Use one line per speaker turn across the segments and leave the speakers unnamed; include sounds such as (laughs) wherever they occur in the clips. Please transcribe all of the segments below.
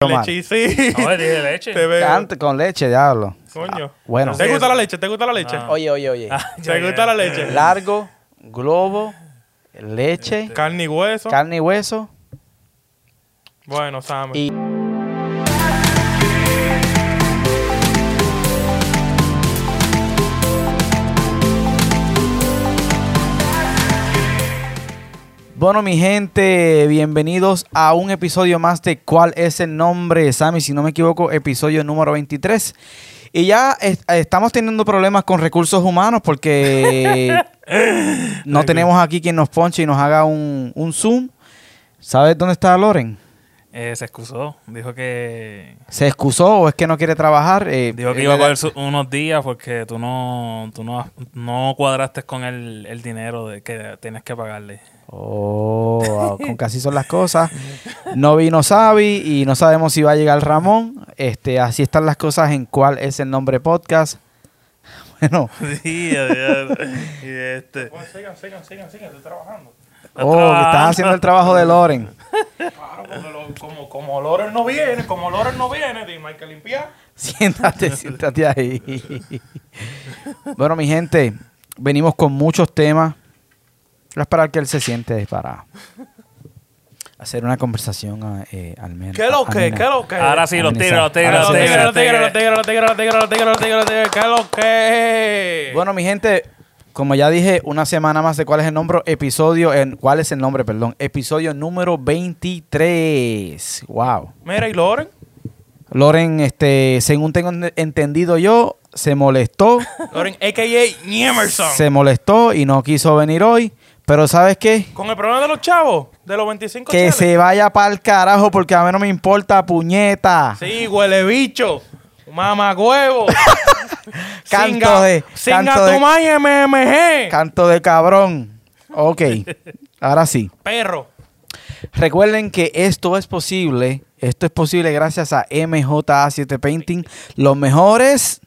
mal.
Leche, sí.
(laughs) No le dije
(laughs)
leche.
Te veo.
Antes con leche, diablo.
Coño.
Ah, bueno.
¿Te gusta la leche? ¿Te gusta la leche?
No.
Oye, oye, oye.
(laughs) Ah, ya,
¿Te
ya.
gusta la leche?
Largo, globo,
Este,
leche,
Carne y hueso.
carne y hueso.
bueno, Sammy.
Y- Bueno, mi gente, bienvenidos a un episodio más de ¿Cuál es el nombre? Sammy, si no me equivoco, episodio número 23. Y ya es- estamos teniendo problemas con recursos humanos
(laughs)
porque no tenemos aquí quien nos ponche y nos haga un, un Zoom. ¿Sabes dónde está Loren?
Eh, se excusó. Dijo que.
¿Se excusó o es que no quiere trabajar? Eh,
Dijo que
él
iba a
era-
coger su- unos días porque tú no, tú no, no cuadraste con el, el dinero de que tienes que
(laughs)
pagarle.
Oh, con casi son las cosas. No vino Xavi y no sabemos si va a llegar Ramón. Este, así están las cosas en cuál es el nombre podcast. (laughs) Bueno,
Sí, adiós. y este.
Bueno, sigan, sigan, sigan, sigan, estoy trabajando.
oh, que estás haciendo el trabajo de Loren. (laughs)
Claro, porque lo- como, como Loren no viene, como Loren no viene, dime, hay que limpiar. (laughs)
Siéntate, siéntate ahí. Bueno, mi gente, venimos con muchos temas. Voy a esperar que él se siente para hacer una conversación a- eh, al menos.
¿Qué lo que? ¿Qué lo que?
Ahora sí, los tigres, los tigres,
Ahora
los
Los
tigres.
tigres,
los
los tigres, los tigres, los tigres, los tigres, los tigres, los tigres, los tigres, ¿qué lo que?
Bueno, mi gente, como ya dije, una semana más de cuál es el nombre, episodio, en, cuál es el nombre, perdón, episodio número 23. Wow.
Mira, ¿y Loren? (laughs)
Loren, este, según tengo en- entendido yo, se molestó,
Loren, a.k.a. Niemerson.
se molestó y no quiso venir hoy, pero ¿sabes qué?
Con el problema de los chavos, de los 25
Que
chales.
se vaya para el carajo porque a mí no me importa, puñeta.
Sí, huele bicho. Mamá huevo.
(laughs) Canto de-
Singa
canto de-
tu madre, MMG.
Canto de cabrón. Ok, ahora sí.
Perro.
Recuerden que esto es posible. Esto es posible gracias a MJA7 Painting. Los mejores.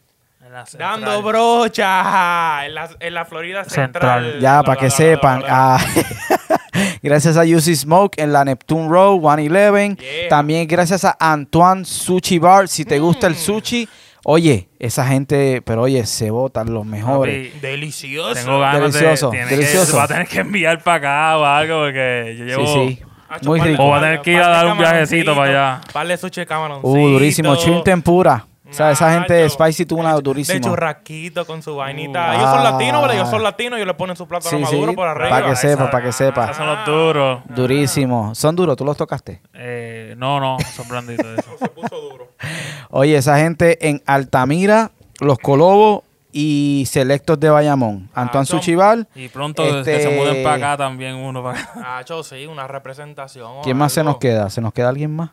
Dando brocha en la, en la Florida Central.
Central.
Ya,
La,
para
la,
que
la,
sepan.
la, la.
Ah, (laughs) gracias a UC Smoke en la Neptune Road 111.
Yeah.
También gracias a Antoine Sushi Bar. Si te gusta
Mm.
el sushi, oye, esa gente, pero oye, se votan los mejores.
Delicioso.
Tengo ganas
Delicioso,
de. tiene
delicioso.
Que, va a tener que enviar para acá o algo porque yo llevo.
sí, sí.
Hacho,
Muy
parle-
O
rico.
va a tener que ir a
parle
dar un viajecito para allá.
Parle sushi de camaroncito.
Uh, durísimo. Chin tempura. O sea, esa gente de
Nacho.
Spicy Tuna, durísimo.
De churraquito con su vainita.
Uh,
ellos son
ah.
latinos, pero ellos son latinos. Ellos le ponen su plátano
Sí,
maduro
sí,
por arriba.
pa' que
Ah,
sepa,
esa-
pa' que sepa.
Esos son los duros.
Ah.
Durísimo. Son duros, tú los tocaste.
Eh, no, no, son blanditos. esos.
Se puso duro.
Oye, esa gente en Altamira, Los Colobos y Selectos de Bayamón. Antoine
son-
Suchival.
Y pronto que se
Este-
muden para acá también uno para acá.
Hacho, sí, una representación. o
¿Quién más se
algo.
nos queda? ¿Se nos queda alguien más?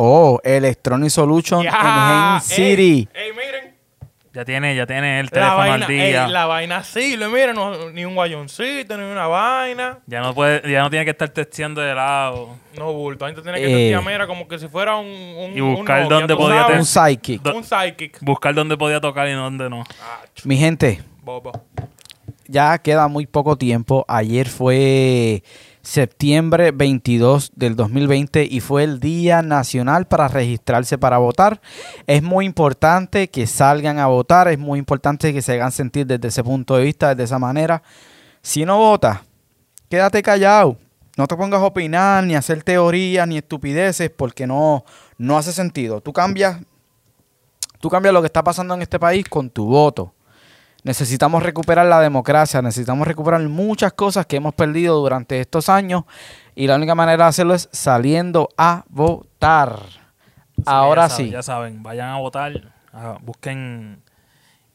Oh, Electronic Solution
Ya,
en Haines
ey,
eh.
City.
Ey, miren.
Ya tiene, ya tiene el
La
teléfono
vaina,
al día.
ey, la vaina sí, lo- miren, no- ni un guayoncito, ni una vaina.
Ya no puede, ya no tiene que estar testeando de lado.
No, bulto. Ahí te tiene
Eh.
que estar mira, como que si fuera un. un
Y buscar
un Nokia,
dónde
tú
podía
sabes.
Un psychic.
Do-
Un psychic.
Buscar dónde podía tocar y dónde no.
Ah, ch-
Mi gente,
bobo.
ya queda muy poco tiempo. Ayer fue septiembre 22 del 2020 y fue el Día Nacional para registrarse para votar. Es muy importante que salgan a votar, es muy importante que se hagan sentir desde ese punto de vista, desde esa manera. Si no votas, quédate callado. No te pongas a opinar, ni a hacer teorías, ni estupideces, porque no, no hace sentido. Tú cambias, tú cambias lo que está pasando en este país con tu voto. Necesitamos recuperar la democracia, necesitamos recuperar muchas cosas que hemos perdido durante estos años y la única manera de hacerlo es saliendo a votar. Ahora
ya saben,
sí,
Ya saben, vayan a votar, ah, busquen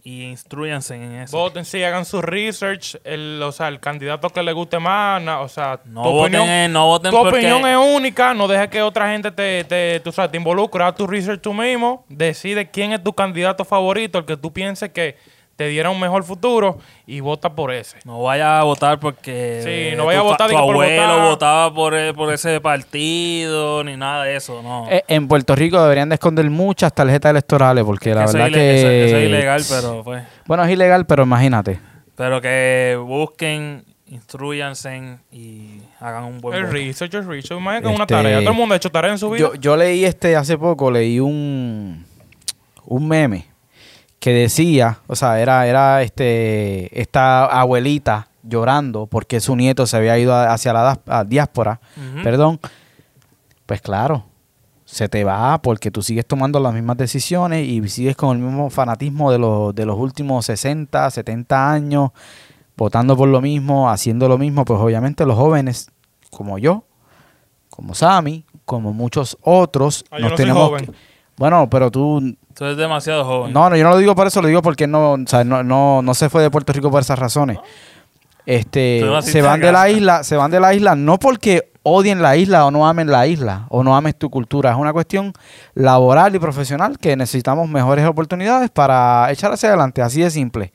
y instruyanse en eso.
Voten, sí, hagan su research. El, o sea, el candidato que le guste más. na- o sea,
no
tu
voten,
opinión,
eh, no voten
tu
porque
opinión es única. No dejes que otra gente te, te, tú sabes, te involucre. Haz tu research tú mismo. Decide quién es tu candidato favorito, el que tú pienses que te diera un mejor futuro y vota por ese.
no vaya a votar porque
Sí,
eh,
no vaya a
tu fa-
votar,
tu
digo, por
abuelo
votar.
votaba por, eh, por ese partido ni nada de eso, no.
Eh, en Puerto Rico deberían de esconder muchas tarjetas electorales porque la
eso,
verdad
es
que...
ile- eso- eso es ilegal, pero pues
Bueno, es ilegal, pero imagínate.
pero que busquen instruyanse y hagan un buen
El
voto.
research, el research. Imagínate que es una
Este-
tarea. Todo el mundo ha hecho tarea en su vida.
Yo, yo leí este hace poco, leí un, un meme que decía, o sea, era, era este, esta abuelita llorando porque su nieto se había ido a- hacia la das- a diáspora,
Ujú.
perdón. Pues claro, se te va porque tú sigues tomando las mismas decisiones y sigues con el mismo fanatismo de los, de los últimos 60, 70 años, votando por lo mismo, haciendo lo mismo. Pues obviamente los jóvenes, como yo, como Sammy, como muchos otros,
Ah, yo
nos
no soy
tenemos
joven.
que- Bueno, pero tú...
Tú eres demasiado joven.
No, no, yo no lo digo por eso, lo digo porque no, o sea, no, no, no se fue de Puerto Rico por esas razones. Este,
Tú naciste
se van de la
acá.
isla, se van de la isla no porque odien la isla o no amen la isla o no ames tu cultura, es una cuestión laboral y profesional que necesitamos mejores oportunidades para echar hacia adelante, así de simple.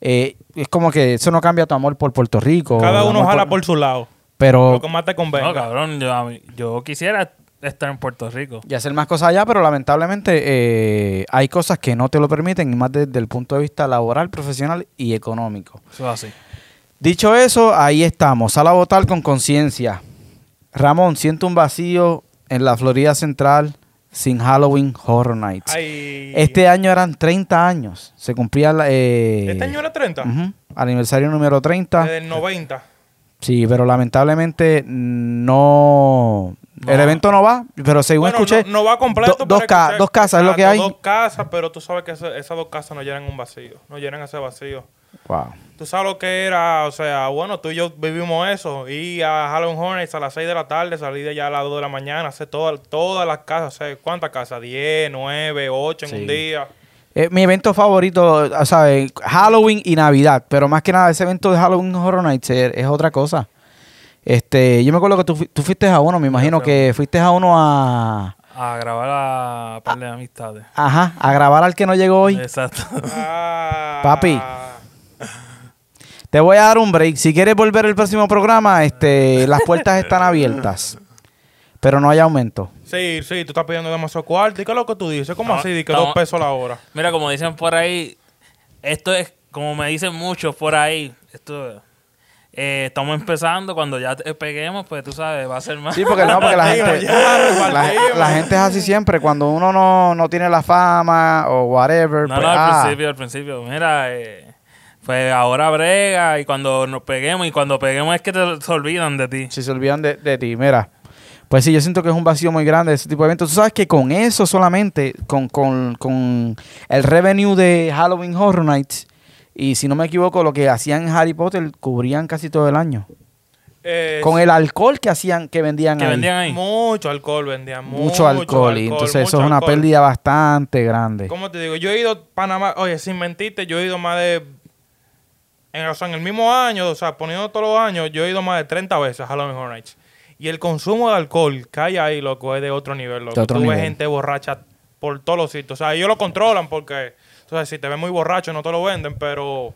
Eh, es como que eso no cambia tu amor por Puerto Rico.
Cada
el
uno
amor
jala
por-
por su lado.
Pero
Lo que más te
No,
convenga.
cabrón, yo, a mí- yo quisiera estar en Puerto Rico.
y hacer más cosas allá, pero lamentablemente eh, hay cosas que no te lo permiten, y más desde el punto de vista laboral, profesional y económico.
Eso es así.
Dicho eso, ahí estamos. Sal a votar con conciencia. Ramón, siento un vacío en la Florida Central sin Halloween Horror Nights.
Ay.
Este año eran 30 años. Se cumplía la, eh,
Este año era Eh. 30.
ujú, aniversario número 30.
Desde el 90.
Sí, pero lamentablemente no...
No.
El evento no va, pero según
Ah. Bueno,
escuché...
no, no va completo.
do- dos,
pero
ca-
escuché-
dos casas es lo que hay.
Exacto, Dos casas, pero tú sabes que esa- esas dos casas no llenan un vacío. No llenan ese vacío.
Wow.
Tú sabes lo que era, o sea, bueno, tú y yo vivimos eso. Y a Halloween Hornets a las 6 de la tarde, salir de allá a las 2 de la mañana, hacer todas todas las casas, hacer ¿cuántas casas? 10, 9, 8 en
Sí.
un
(laughs)
día.
Eh, mi evento favorito, o sea, eh, Halloween y Navidad, pero más que nada ese evento de Halloween Horror Nights eh, es, otra cosa. Este, yo me acuerdo que tú, fui- tú fuiste a uno, me imagino que fuiste a uno a
A grabar a par de amistades.
ajá, a grabar al que no llegó hoy.
Exacto. (laughs)
Ah.
Papi. Te voy a dar un break. Si quieres volver el próximo programa, este, las puertas están abiertas. Pero no hay aumento.
Sí, sí, tú estás pidiendo demasiado cuarto. ¿Y qué es lo que tú dices? ¿Cómo
Estamos-
así? ¿De que
estamos-
dos pesos la hora?
Mira, como dicen por ahí, esto es, como me dicen muchos por ahí, esto eh, estamos empezando, cuando ya te peguemos, pues tú sabes, va a ser más.
Sí, porque no,
(laughs)
porque la gente,
Ya,
la,
repartimos.
la gente es así siempre. Cuando uno no, no tiene la fama o whatever,
No,
pues,
no, al
ah,
principio, al principio. Mira, eh, pues ahora brega y cuando nos peguemos y cuando peguemos es que te, se olvidan de ti.
Si se olvidan de, de ti, mira. Pues sí, yo siento que es un vacío muy grande ese tipo de eventos. Tú sabes que con eso solamente, con, con, con el revenue de Halloween Horror Nights, y si no me equivoco, lo que hacían en Harry Potter cubrían casi todo el año.
Eh,
Con el alcohol que hacían, que vendían
Que
ahí.
vendían ahí.
Mucho alcohol vendían.
mucho, alcohol. y entonces eso
mucho
es una
alcohol.
pérdida bastante grande.
¿Cómo te digo? Yo he ido a Panamá, oye, sin mentirte, yo he ido más de. En, o sea, en el mismo año, o sea, poniendo todos los años, yo he ido más de 30 veces a Halloween Horror Nights. Y el consumo de alcohol que hay ahí, loco, es de otro nivel, loco.
De otro
Tú ves
nivel.
gente borracha por todos los sitios. O sea, ellos lo controlan porque, o sea, si te ven muy borracho, no te lo venden, pero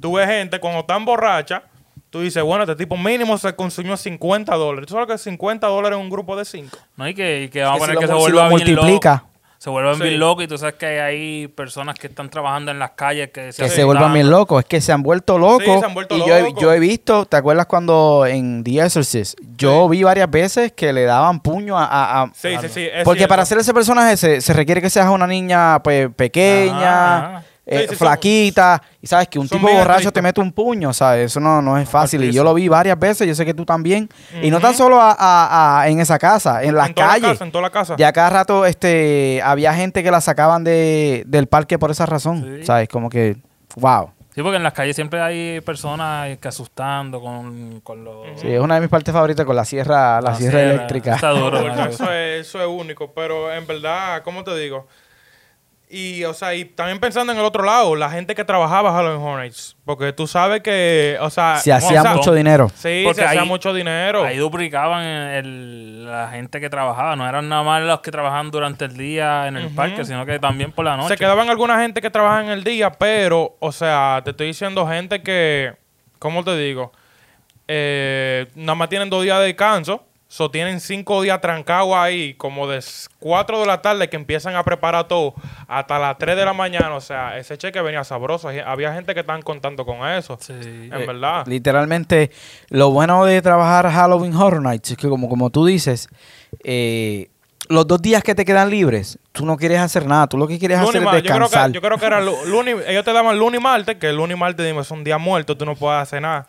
tú ves gente cuando están borracha, tú dices, bueno, este tipo mínimo se consumió 50 dólares. ¿Tú sabes que 50 dólares en un grupo de 5?
¿no? Y que, y que vamos a
Que si
poner
lo-
que se
si
vuelva
lo
bien
multiplica.
loco. Se vuelven
Sí.
bien locos y tú sabes que hay personas que están trabajando en las calles que se,
Que se
asustan.
vuelvan bien locos, es que se han vuelto locos.
Sí, se han vuelto
y yo he,
locos.
yo he visto, ¿te acuerdas cuando en The Exorcist? Yo vi varias veces que le daban puño a. a- a-
Sí,
a-
sí, sí, es
porque para
cierto.
hacer ese personaje se, se requiere que seas una niña pues, pequeña,
Ajá, ajá.
eh,
Sí, sí, son-
flaquita. Y sabes que un
son
tipo
bien
borracho
estrictos.
te mete un puño, ¿sabes? Eso no, no es fácil. Y yo
Fuertísimo.
lo vi varias veces, yo sé que tú también. Y no tan solo a- a- a- en esa casa, en las
en toda la
calles.
casa, en toda la casa.
Y a cada rato este, había gente que la sacaban de, del parque por esa razón.
Sí.
¿Sabes? Como que, wow.
Sí, porque en las calles siempre hay personas que asustando con, con los...
Sí, es una de mis partes favoritas con la sierra, la,
la
sierra,
sierra.
eléctrica.
Está duro.
Bueno,
¿no?
eso, es, eso es único, pero en verdad, ¿cómo te digo? Y, o sea, y también pensando en el otro lado, la gente que trabajaba Halloween Hornets, porque tú sabes que, o sea,
Se hacía
o sea,
mucho dinero.
Sí,
Porque
se hacía
ahí-
mucho dinero.
Ahí duplicaban el- la gente que trabajaba. No eran nada más los que trabajaban durante el día en el parque, sino que también por la noche.
se quedaban alguna gente que trabajaba en el día, pero, o sea, te estoy diciendo gente que, ¿cómo te digo? Eh, nada más tienen dos días de descanso So, tienen cinco días trancados ahí, como de 4 de la tarde que empiezan a preparar todo hasta las 3 de la mañana. O sea, ese cheque venía sabroso. Hay- Había gente que estaban contando con eso.
Sí.
En
Eh,
verdad.
Literalmente, lo bueno de trabajar Halloween Horror Nights es que, como, como tú dices, eh, los dos días que te quedan libres, tú no quieres hacer nada. Tú lo que quieres
Lunes
hacer
y
es
martes, yo, creo
descansar.
que, yo creo que era lu- lunes, y- ellos te daban lunes y martes, que el lunes y martes dime, son días muertos, tú no puedes hacer nada.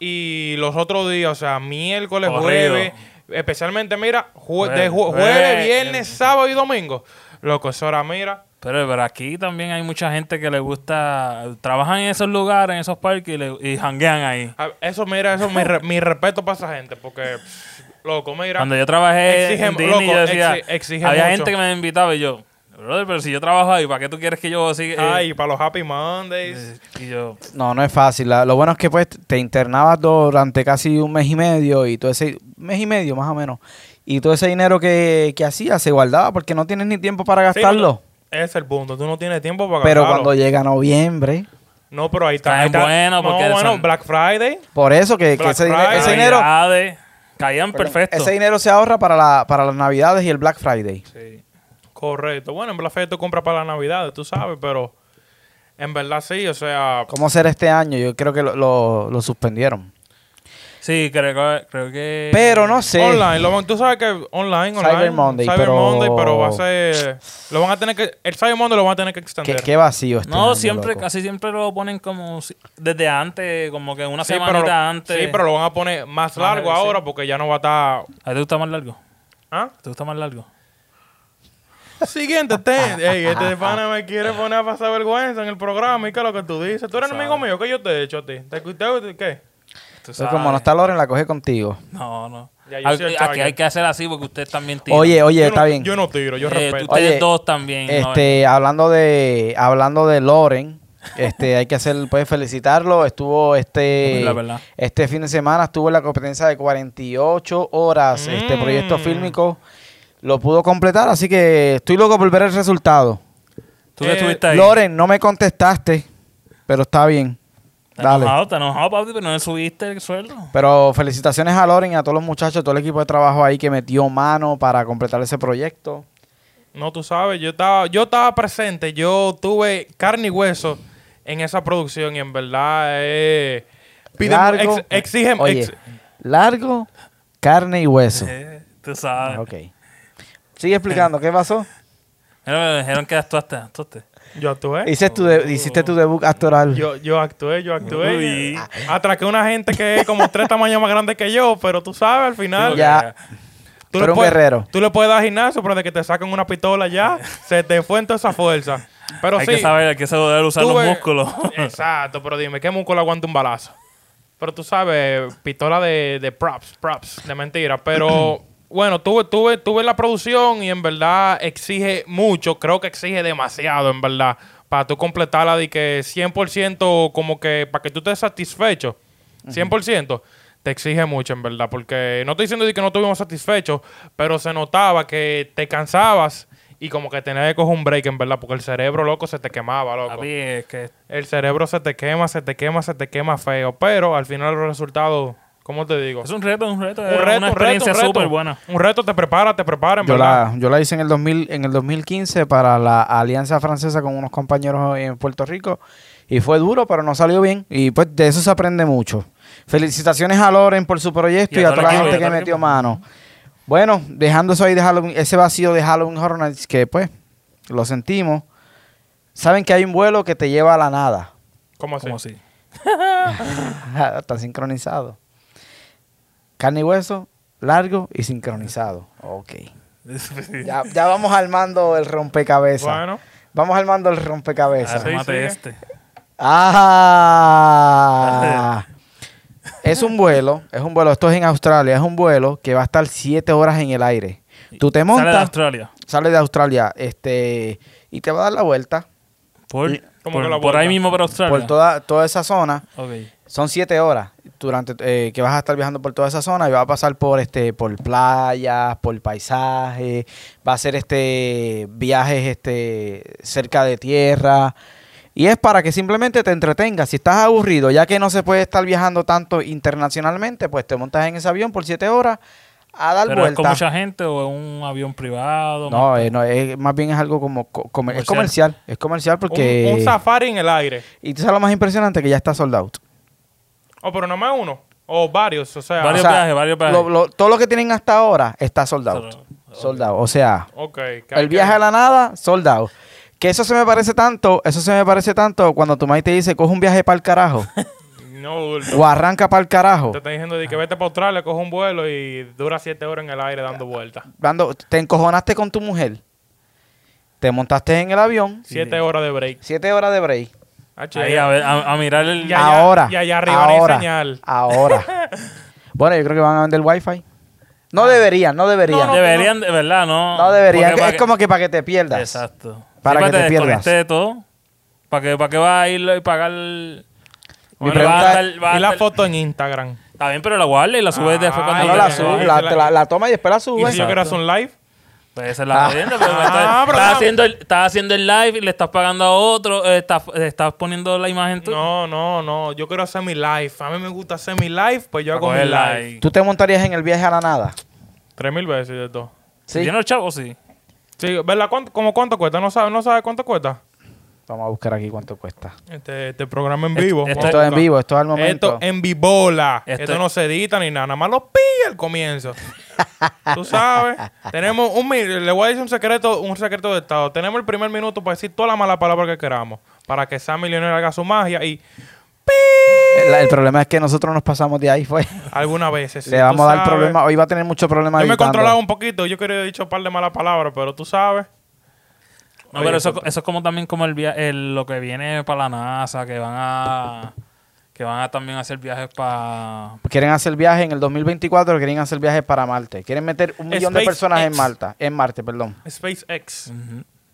Y los otros días, o sea, miércoles,
Corrido.
jueves, especialmente, mira, jue- de jue-
Jue-
jueves,
jueves,
viernes,
el-
sábado y domingo. Loco, eso ahora mira.
Pero, pero aquí también hay mucha gente que le gusta. Trabajan en esos lugares, en esos parques y, le, y janguean ahí.
a- Eso, mira, eso, mi, re- mi respeto para esa gente, porque, pff, loco, mira.
Cuando yo trabajé
Exige-
en Disney,
loco,
yo decía,
exi- exige
había
mucho.
gente que me invitaba y yo, brother, pero si yo trabajo ahí, ¿para qué tú quieres que yo siga? eh?"
Ay, pues. para los Happy Mondays.
Y yo,
No, no es fácil. La- lo bueno es que pues te internabas durante casi un mes y medio y todo ese mes y medio más o menos. Y todo ese dinero que, que hacías se guardaba porque no tienes ni tiempo para
Sí, no,
gastarlo.
ese es el punto, tú no tienes tiempo para
pero
gastarlo.
cuando llega noviembre,
No, pero ahí está.
Caen
ahí está-
bueno,
no,
porque
bueno,
son-
Black Friday.
por eso que, que
Black
ese, diner-
Friday.
ese dinero
Navidades, caían
perdón,
perfecto.
ese dinero se ahorra para, la, para las Navidades y el Black Friday.
Sí.
Correcto. Bueno, en Black Friday tú compras para la Navidad, tú sabes, pero en verdad sí, o sea,
¿Cómo será este año? Yo creo que lo, lo- lo suspendieron.
Sí, creo, que- creo que...
Pero no sé.
Eh, online, lo van- tú sabes que online, online,
Cyber Monday,
Cyber
pero-
Monday, pero va a ser lo van a tener que el Cyber Monday lo van a tener que
Qué,
extender.
qué vacío este
No,
año,
siempre,
loco.
casi siempre lo ponen como si- desde antes, como que una
Sí,
semanita
pero,
antes.
sí, pero lo van a poner más
Ajá,
largo
sí.
ahora porque ya no va a estar
¿A ti te gusta más largo?
¿Ah?
¿Te gusta más largo?
Siguiente tema. Ey, este de pana me quiere poner a pasar vergüenza en el programa y que lo que tú dices, tú eres enemigo mío, ¿qué yo te he hecho a ti? ¿Te, te, te- qué?
Tú
Pero
sabes.
como no está Loren, la coge contigo.
No, no.
Ya, yo
Al-
soy el
aquí
target.
hay que hacer así porque ustedes también tiran.
Oye,
Yo
oye,
no-
está bien.
Yo no tiro, yo
Eh,
respeto.
Ustedes
Oye,
dos también. ¿no? eh.
Este, hablando de hablando de Loren, este hay que hacer pues felicitarlo, estuvo este
La verdad.
este fin de semana estuvo en la competencia de 48 horas este
Mm.
proyecto fílmico lo pudo completar, así que estoy loco por ver el resultado.
Tú que
eh,
estuviste ahí.
Loren, no me contestaste, pero está bien.
Está
Dale.
enojado, está enojado, papi, pero no le subiste el sueldo.
Pero felicitaciones a Loren y a todos los muchachos, todo el equipo de trabajo ahí que metió mano para completar ese proyecto.
No, tú sabes, yo estaba, yo estaba presente, yo tuve carne y hueso en esa producción y en verdad eh, pide-
largo,
ex- exige- ex-
oye, largo, carne y hueso. Ah,
Eh, Tú sabes.
Ok. Sigue explicando, ¿qué pasó?
Mira, me dijeron que actuaste. actuaste.
yo actué.
Hiciste tu, de- hiciste tu debut actoral.
Eh, Yo, yo actué, yo actué.
Uy.
Atraqué a una gente que es como tres tamaños más grande que yo, pero tú sabes, al final.
Ya.
tú
tú eres un
puedes-
guerrero.
Tú le puedes dar gimnasio, pero de que te sacan una pistola ya, se te fue en toda esa fuerza. Pero
hay
sí.
que saber, hay que saber usar
tuve- (laughs)
los músculos.
Exacto, pero dime, ¿qué músculo aguanta un balazo? Pero tú sabes, pistola de, de props, props, de mentira. Pero (clears throat) bueno, tuve, tuve, tuve la producción y en verdad exige mucho, creo que exige demasiado, en verdad, para tú completarla de que 100% como que para que tú estés satisfecho, 100%. Te exige mucho, en verdad, porque no estoy diciendo de que no estuvimos satisfechos, pero se notaba que te cansabas y como que tenías que coger un break, en verdad, porque el cerebro, loco, se te quemaba, loco.
Papi, es que
El cerebro se te quema, se te quema, se te quema feo. Pero al final los resultados, ¿cómo te digo?
es un reto, un reto.
Un
es
reto,
una
un reto,
experiencia
un reto.
súper buena.
Un reto te prepara, te prepara, en
Yo
verdad.
la, yo la hice en el, 2000, en el 2015 para la Alianza Francesa con unos compañeros en Puerto Rico y fue duro, pero no salió bien y pues de eso se aprende mucho. Felicitaciones a Loren por su proyecto y, a toda la
equipo,
gente
y a todo
que
el
metió
equipo.
mano. Bueno, dejando eso ahí de Halloween, ese vacío de Halloween Horror Nights que pues lo sentimos. Saben que hay un vuelo que te lleva a la nada. (laughs)
¿Cómo así?
Como así.
Está sincronizado. Carne y hueso, largo y sincronizado. Ok. (laughs)
Ah,
Ya, ya vamos armando el rompecabezas.
Bueno,
Vamos armando el rompecabezas.
sí,
Armate
pues, sí.
este. (laughs)
Ah. Es un vuelo, es un vuelo, esto es en Australia, es un vuelo que va a estar siete horas en el aire. Tú te
Sale de
montas,
Australia.
sale de Australia, este, y te va a dar la vuelta
Por,
¿Cómo
por-
que la
por
vuelta?
ahí mismo por Australia.
por toda, toda esa zona.
Ok.
Son siete horas durante eh, que vas a estar viajando por toda esa zona y vas a pasar por este, por playas, por paisajes, va a ser este viajes este cerca de tierra. Y es para que simplemente te entretengas. Si estás aburrido, ya que no se puede estar viajando tanto internacionalmente, pues te montas en ese avión por siete horas a dar
Pero es con
vueltas.
mucha gente o es un avión privado.
No, eh, no, es- más bien es algo como co- comer- es
Comercial.
comercial, es comercial porque
Un, un safari en el aire.
y tú sabes lo más impresionante que ya está sold out.
Oh, pero nomás uno. O varios, o sea.
Varios.
O sea,
viajes, varios viajes.
lo- lo- todo lo que tienen hasta ahora está sold out.
Sold
Sold out, o sea,
Ok. que hay
el viaje
que-
a la nada, sold out. Que eso se me parece tanto, eso se me parece tanto cuando tu maíz te dice, coge un viaje para el carajo
No, bulto.
o arranca para el carajo.
Te está diciendo de que vete para Australia, coge un vuelo y dura siete horas en el aire dando vueltas.
Dando- te encojonaste con tu mujer, te montaste en el avión,
Siete horas de break.
siete horas de break.
Ah, che,
Ahí a, ver, a, a mirar el...
Ya, ya,
ahora.
ya, ya arriba no hay
ahora,
señal.
(laughs)
Ahora. bueno, yo creo que van a vender wifi. No deberían, no deberían. No,
deberían, de verdad, no.
deberían.
Ah. Porque
Es
para que-
como que para que te pierdas.
Exacto.
Para que
te,
te pierdas.
desconectes de todo. ¿Para qué, para qué vas a ir y pagar... el-
Mi
Bueno,
pregunta
vas a
es-
estar- vas a
Y la
estar-
foto en Instagram.
Está bien, pero la guarda y la subes después
Ah,
Ah,
cuando...
no,
te-
la,
te-
sub-
te-
la-
te-
te la- la toma y después la
Y
sube.
si yo quiero hacer un live,
Pues esa es la
Ah.
jodienda, pero
Ah,
estás-
pero
estás,
no.
haciendo el, estás haciendo el live y le estás pagando a otro, eh, estás, estás poniendo la imagen tú.
no, no, no. Yo quiero hacer mi live. A mí me gusta hacer mi live, pues yo hago mi
Coger
live.
like.
¿Tú te montarías en el viaje a la nada?
Tres mil veces de todo.
Sí.
¿Tiene el chavo? Sí.
Sí, ¿verdad? ¿Cuánto, como cuánto cuesta? ¿No sabes no sabe cuánto cuesta?
Vamos a buscar aquí cuánto cuesta.
Este, este programa en vivo.
esto
Vamos a
Esto es en
buscar.
vivo, esto es al momento.
Esto en vivola.
Esto-
Esto, no se edita ni nada. Nada más lo pilla al
(laughs)
comienzo. Tú sabes. Tenemos un mi- Le voy a decir un secreto, un secreto de estado. Tenemos el primer minuto para decir toda la mala palabra que queramos. Para que Sam Millionaire haga su magia y
Eh, La- el problema es que nosotros nos pasamos de ahí, fue.
algunas veces.
Le
tú
vamos a dar
sabes.
problema. Hoy va a tener mucho problema
Yo me he
editando.
controlado un poquito. Yo quería haber dicho un par de malas palabras, pero tú sabes.
No,
Oye,
pero eso,
eso-
eso es como también como el, via- el- lo que viene para la NASA, que van a que van a también hacer viajes para
Quieren hacer viaje en el 2024, quieren hacer viajes para Marte. Quieren meter un millón de
SpaceX.
personas en Malta, en Marte, perdón.
SpaceX.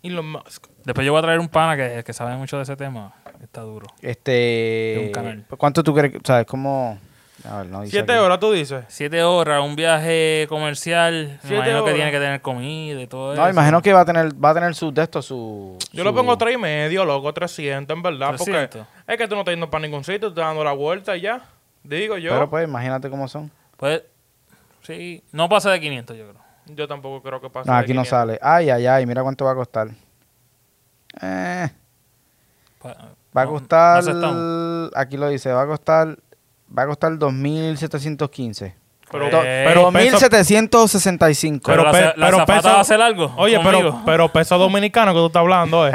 Elon Musk.
Después yo voy a traer un pana que, que sabe mucho de ese tema. Está duro.
Este.
un canal.
¿Cuánto tú crees? que- O sea, es como. A ver, no dice
Siete
aquí.
horas, tú dices.
Siete horas, un viaje comercial. Me
Siete
imagino que
horas.
tiene que tener comida y todo eso.
No, imagino que va a tener, va a tener su de esto, su.
Yo
su-
le pongo tres y medio, loco, 300, en verdad.
300.
Porque es que tú no estás yendo para ningún sitio, tú estás dando la vuelta y ya. Digo yo.
Pero pues, imagínate cómo son.
Pues, sí, no pasa de 500, yo creo.
yo tampoco creo que pase.
No,
de
aquí no
500.
sale. Ay, ay, ay, mira cuánto va a costar. Eh,
Pa-
va a
no-
costar.
no aceptamos.
Aquí lo dice, va a costar. Va a costar 2.715.
Pero,
Eh,
to- pero, peso,
2.765.
Pero,
Pero
la,
pe-
za- la
pero
azafata
peso-
va a hacer algo.
oye, pero,
conmigo.
pero peso dominicano que tú estás
(laughs)
hablando, eh.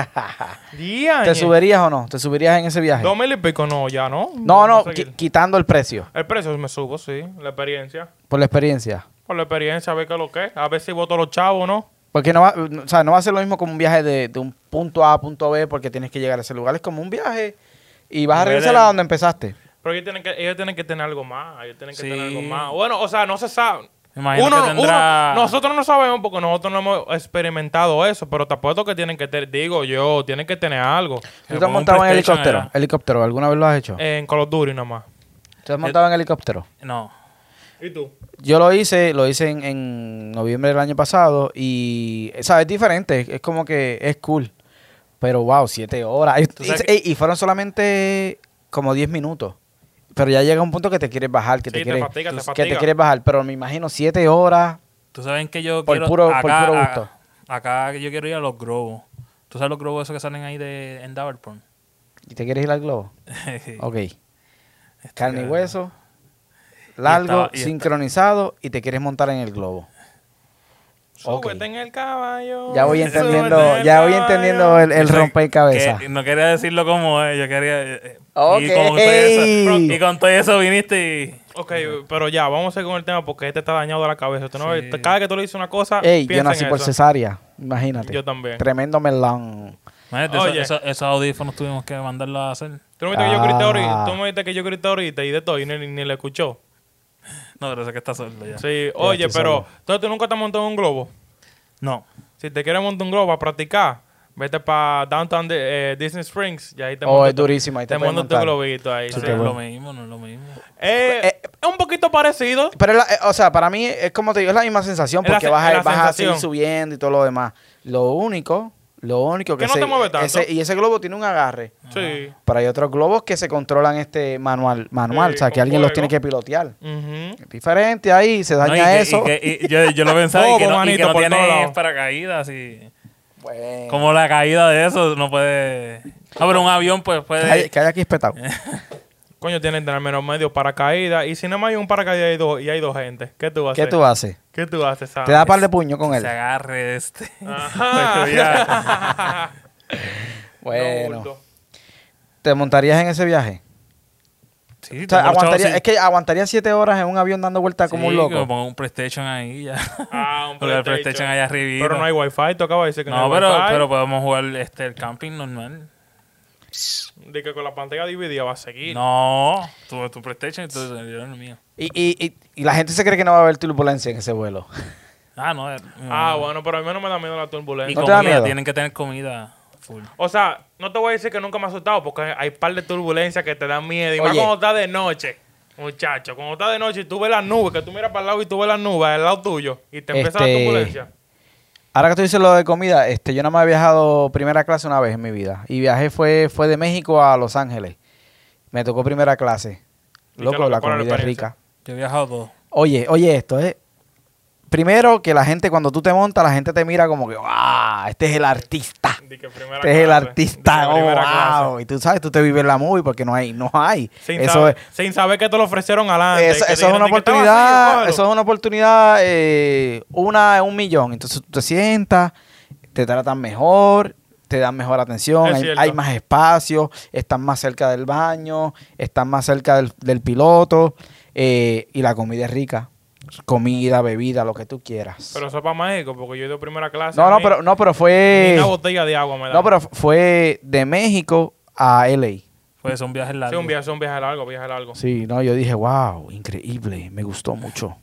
¿Te
Diañe.
subirías o no? ¿Te subirías en ese viaje?
Dos mil y pico, no, ya no.
No, no,
Vamos a
qui-
seguir.
quitando el precio,
El precio me subo, sí. La experiencia.
por la experiencia.
Por la experiencia, a ver qué es lo que es. A ver si voto los chavos o no.
Porque no va, o sea, no va a ser lo mismo como un viaje de, de un punto A a punto B porque tienes que llegar a ese lugar. Es como un viaje y vas a regresar a donde empezaste.
Pero ellos tienen que, ellos tienen que tener algo más. Ellos tienen que
Sí.
tener algo más. Bueno, o sea, no se sabe.
Me imagino
Uno
que
no- uno-
tendrá-
nosotros no sabemos porque nosotros no hemos experimentado eso. Pero te apuesto que tienen que tener, digo yo, tienen que tener algo.
¿Tú te
como
has
un
montado en
PlayStation Eh,
helicóptero?
allá.
¿Helicóptero? ¿Alguna vez lo has hecho?
En Call of Duty nada más.
¿Tú
eh,
has montado en helicóptero?
No.
¿Y tú?
Yo lo hice, lo hice en, en noviembre del año pasado y, ¿sabes? Es diferente, es como que es cool. Pero, wow, siete horas. Y-
Tú sabes
Y, y fueron solamente como diez minutos. Pero ya llega un punto que te quieres bajar, que
Sí,
te
te
quieres...
fatiga, te
que te
fatiga.
quieres bajar, pero me imagino siete horas.
Tú sabes que yo
Por
quiero...
puro- por
acá,
puro
a-
gusto.
acá que yo quiero ir a los globos. ¿Tú sabes los globos esos que salen ahí de, en Davenport?
¿Y te quieres ir al globo?
(laughs)
Ok. Carne y
cabrón.
hueso, largo,
estaba- Este y esta-
sincronizado y te quieres montar en el globo. Ok.
Súbete en el caballo.
Ya voy
súbete en
entendiendo,
el
ya voy
caballo.
entendiendo el, el
Yo sé
rompecabezas.
que no quería decirlo como es, yo quería... eh,
Ok.
Y con, todo eso, y con todo eso viniste
Ok, pero ya, vamos a seguir con el tema porque este está dañado de la cabeza. Usted no
Sí.
ve- Cada que tú le dices una cosa,
Ey, yo
Ah, piensa
nací
en
por
eso.
cesárea, imagínate.
Yo también.
Tremendo melón.
y... Imagínate, eso-
Oye.
eso- esos audífonos tuvimos que mandarlos a hacer.
Tú no viste que yo grité
Ah.
ahorita, tú no viste que yo grité ahorita y de todo y ni, ni le escuchó.
No, pero sé que está solo ya.
Sí, oye,
estoy
pero
solo.
entonces tú nunca te has montado en un globo.
No.
Si te quieres montar un globo a practicar, vete para Downtown de- eh, Disney Springs y ahí te
Oh,
montas
es
tu-
durísimo, ahí te
te
puedes
montas tu
montar.
globito ahí.
Eso
sí.
no es lo mismo, no es lo mismo.
Eh,
Eh,
es un poquito parecido.
Pero, es la- eh, o sea, para mí es como te digo, es la misma sensación
Es la
porque
se-
vas,
es
a,
la
vas a seguir
sensación.
subiendo y todo lo demás. Lo único, Lo único que,
Que no
ese-
te mueve tanto.
ese- y ese globo tiene un agarre.
Sí.
Pero hay otros globos que se controlan este manual, manual,
Sí,
o sea, que
con
alguien los
fuego.
tiene que pilotear.
Ujú.
Es diferente ahí, se daña
No, y que-
eso.
y que- y- yo, yo lo pensaba y
Todo,
que no, y que
manito,
no
por todos
tiene
lados.
paracaídas. Y...
Bueno,
Como la caída de eso no puede. No, pero un avión pues
que hay-
puede.
que hay
(laughs)
aquí espetado.
Coño, tienen que tener menos medio paracaídas. Y si nada más hay un paracaídas y hay dos, y hay dos gente, ¿qué tú haces?
¿Qué tú haces?
¿Qué tú haces? Sam?
Te da par de puño con él.
Se agarre este.
(laughs)
(laughs)
Ajá. No,
Bueno,
bulto.
¿te montarías en ese viaje?
Sí,
O sea,
tengo
aguantaría-
chavo, sí.
es que aguantaría siete horas en un avión dando vueltas como
Sí,
un
que
loco.
pongo un PlayStation ahí ya.
Ah, un
(laughs) Porque
PlayStation.
el PlayStation allá arriba.
Pero no hay wifi, tú acabas de decir que no,
No,
hay
pero,
wifi.
pero podemos jugar este, el camping normal.
De que con la pantalla dividida va a seguir.
No, tu, tu PlayStation y tu yo el mío.
Y, y- y- y la gente se cree que no va a haber turbulencia en ese vuelo. (laughs)
Ah, no. eh,
Ah,
no.
bueno, pero a mí no me da miedo la
Y
turbulencia.
No te
comida,
da miedo.
Tienen que tener comida full.
O sea, no te voy a decir que nunca me ha asustado porque hay par de turbulencias que te dan miedo. Y más
Oye.
cuando está de noche, muchacho. Cuando está de noche y tú ves las nubes, que tú miras para el lado y tú ves las nubes al lado tuyo y te empieza la
Este,
turbulencia.
Ahora que tú dices lo de comida, este, yo nada más he viajado primera clase una vez en mi vida. Y viajé fue, fue de México a Los Ángeles. Me tocó primera clase.
¿Y
Loco,
qué loco?
la
¿Cuál era la
comida es
experiencia?
rica.
Yo he viajado dos.
Oye, oye esto, ¿eh? Primero que la gente cuando tú te montas, la gente te mira como que, ¡ah! Este es el artista.
Di que primera
Este es el
clase, di
artista.
que
oh,
primera
wow.
clase.
Y tú sabes, tú te vives la movie porque no hay, no hay.
Sin,
eso
saber,
es.
sin saber que te lo ofrecieron adelante.
Eso,
que
eso es
dijeron,
una
di que estaba
oportunidad,
vacío,
eso es una oportunidad, eh, una en un millón. Entonces tú te sientas, te tratan mejor, te dan mejor atención,
Es
hay,
cierto.
hay más espacio, estás más cerca del baño, estás más cerca del, del piloto eh, y la comida es rica. Comida, bebida, lo que tú quieras.
Pero eso es para México, porque yo he ido a primera clase.
no,
a
no,
mí
pero, no, pero
ni
fue...
una botella de agua me da.
No, pero fue de México a LA.
Pues son viajes largos.
Sí, un viaje, un viaje largo, viaje largo.
Sí, no, yo dije, wow, increíble, me gustó mucho.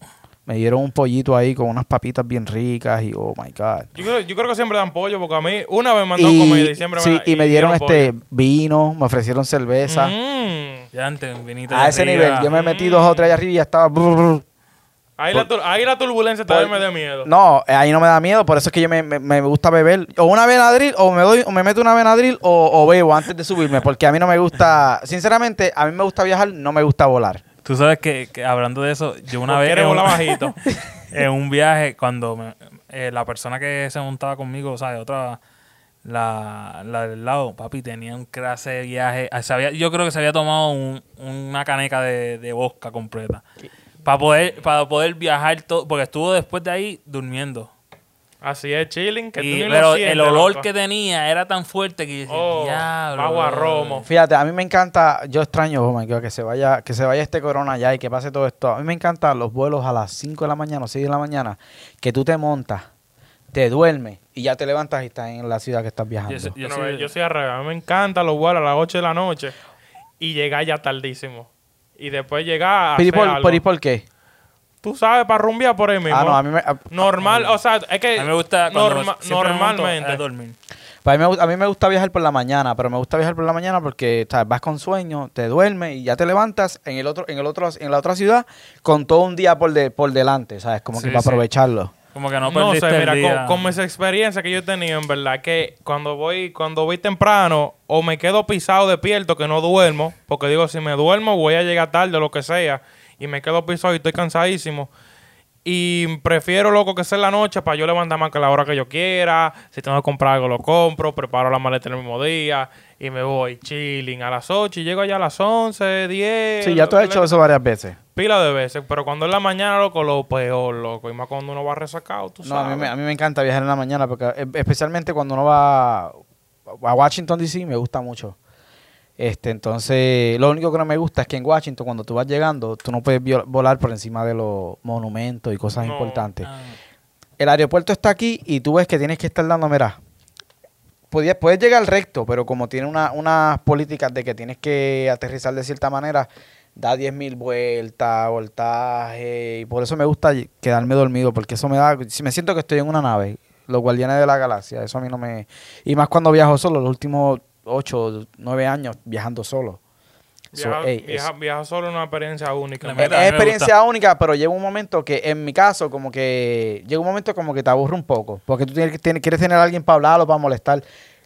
Me dieron un pollito ahí con unas papitas bien ricas y oh my god.
Yo creo, yo creo que siempre dan pollo, porque a mí una vez me mandó
Y,
comida y siempre
sí,
me
y me dieron este vino, me ofrecieron cerveza.
Mm.
Ya antes, vinito
A
de
ese
arriba.
nivel, yo me metí dos o tres allá arriba y ya estaba. brr, brr.
Ahí, la, tur- ahí la turbulencia también me da miedo.
No, eh, ahí no me da miedo, por eso es que yo me, me- me gusta beber. O una Benadryl, o me doy, o me meto una Benadryl, o, o bebo antes de subirme, porque a mí no me gusta. Sinceramente, a mí me gusta viajar, no me gusta volar.
Tú sabes que, que hablando de eso, yo una
¿Por
vez
qué eres
(laughs) en un,
bola bajito?
en un viaje, cuando me- eh, la persona que se montaba conmigo, o sea, otra, la, la del lado, papi, tenía un clase de viaje. Ah, se había- yo creo que se había tomado un- una caneca de, de vodka completa. Para poder, para poder viajar todo, porque estuvo después de ahí durmiendo.
Así es, chilling. Que tú
Y-
ni lo
pero el
sientes,
olor
loco.
que tenía era tan fuerte que yo dije,
Oh,
diablo.
agua
bro".
romo.
Fíjate, a mí me encanta, yo extraño, oh my God, que se vaya, que se vaya este corona ya y que pase todo esto. A mí me encantan los vuelos a las 5 de la mañana o 6 de la mañana, que tú te montas, te duermes y ya te levantas y estás en la ciudad que estás viajando.
Yo sé- yo
Una
sé-
vez, yo soy al revés. A mí me encantan los vuelos a las 8 de la noche y llegar ya tardísimo. Y después llegar a
Pero
ah,
¿y
hacer
por,
algo.
pero ¿y por qué?
Tú sabes, para rumbear por ahí mismo.
Ah, no, a mí me, a-
Normal, o sea, es que...
a mí me gusta cuando
Eh, norma-
siempre me monto
normalmente.
a dormir.
para mí me gu- Pues a mí me gusta viajar por la mañana, pero me gusta viajar por la mañana porque ¿sabes? vas con sueño, te duermes y ya te levantas en el otro, en el otro, en la otra ciudad con todo un día por de, por delante, sabes, como
Sí,
que para
sí.
aprovecharlo.
Como que no
No sé,
perdiste
mira,
el día.
con, con esa experiencia que yo he tenido, en verdad, que cuando voy, cuando voy temprano, o me quedo pisado despierto, que no duermo, porque digo, si me duermo, voy a llegar tarde, lo que sea, y me quedo pisado y estoy cansadísimo. Y prefiero, loco, que sea en la noche para yo levantarme más que la hora que yo quiera. Si tengo que comprar algo, lo compro. Preparo la maleta el mismo día. Y me voy chilling a las 8 y llego allá a las 11, 10.
Sí, ya tú has hecho eso varias veces.
Pila de veces. Pero cuando es la mañana, loco, lo peor, loco. Y más cuando uno va resacado, tú
No,
sabes.
a mí, me, a mí me encanta viajar en la mañana, porque eh, especialmente cuando uno va a Washington DC, me gusta mucho. Este, entonces, lo único que no me gusta es que en Washington, cuando tú vas llegando, tú no puedes vio- volar por encima de los monumentos y cosas
No.
importantes.
Ah.
El aeropuerto está aquí y tú ves que tienes que estar dando, mira, podías, puedes llegar recto, pero como tiene una- unas políticas de que tienes que aterrizar de cierta manera, da 10.000 vueltas, voltaje, y por eso me gusta ll- quedarme dormido, porque eso me da, si me siento que estoy en una nave, los guardianes de la galaxia, eso a mí no me... Y más cuando viajo solo, los últimos 8, 9 años viajando solo. So,
Viajar
ey, es-
viajar- viajar solo es una experiencia única.
La
en
Eh, es,
meta.
verdad.
es
me
experiencia única, pero llega un momento que, en mi caso, como que llega un momento como que te aburre un poco, porque tú tienes, que- tienes- quieres tener a alguien para hablar o para molestar.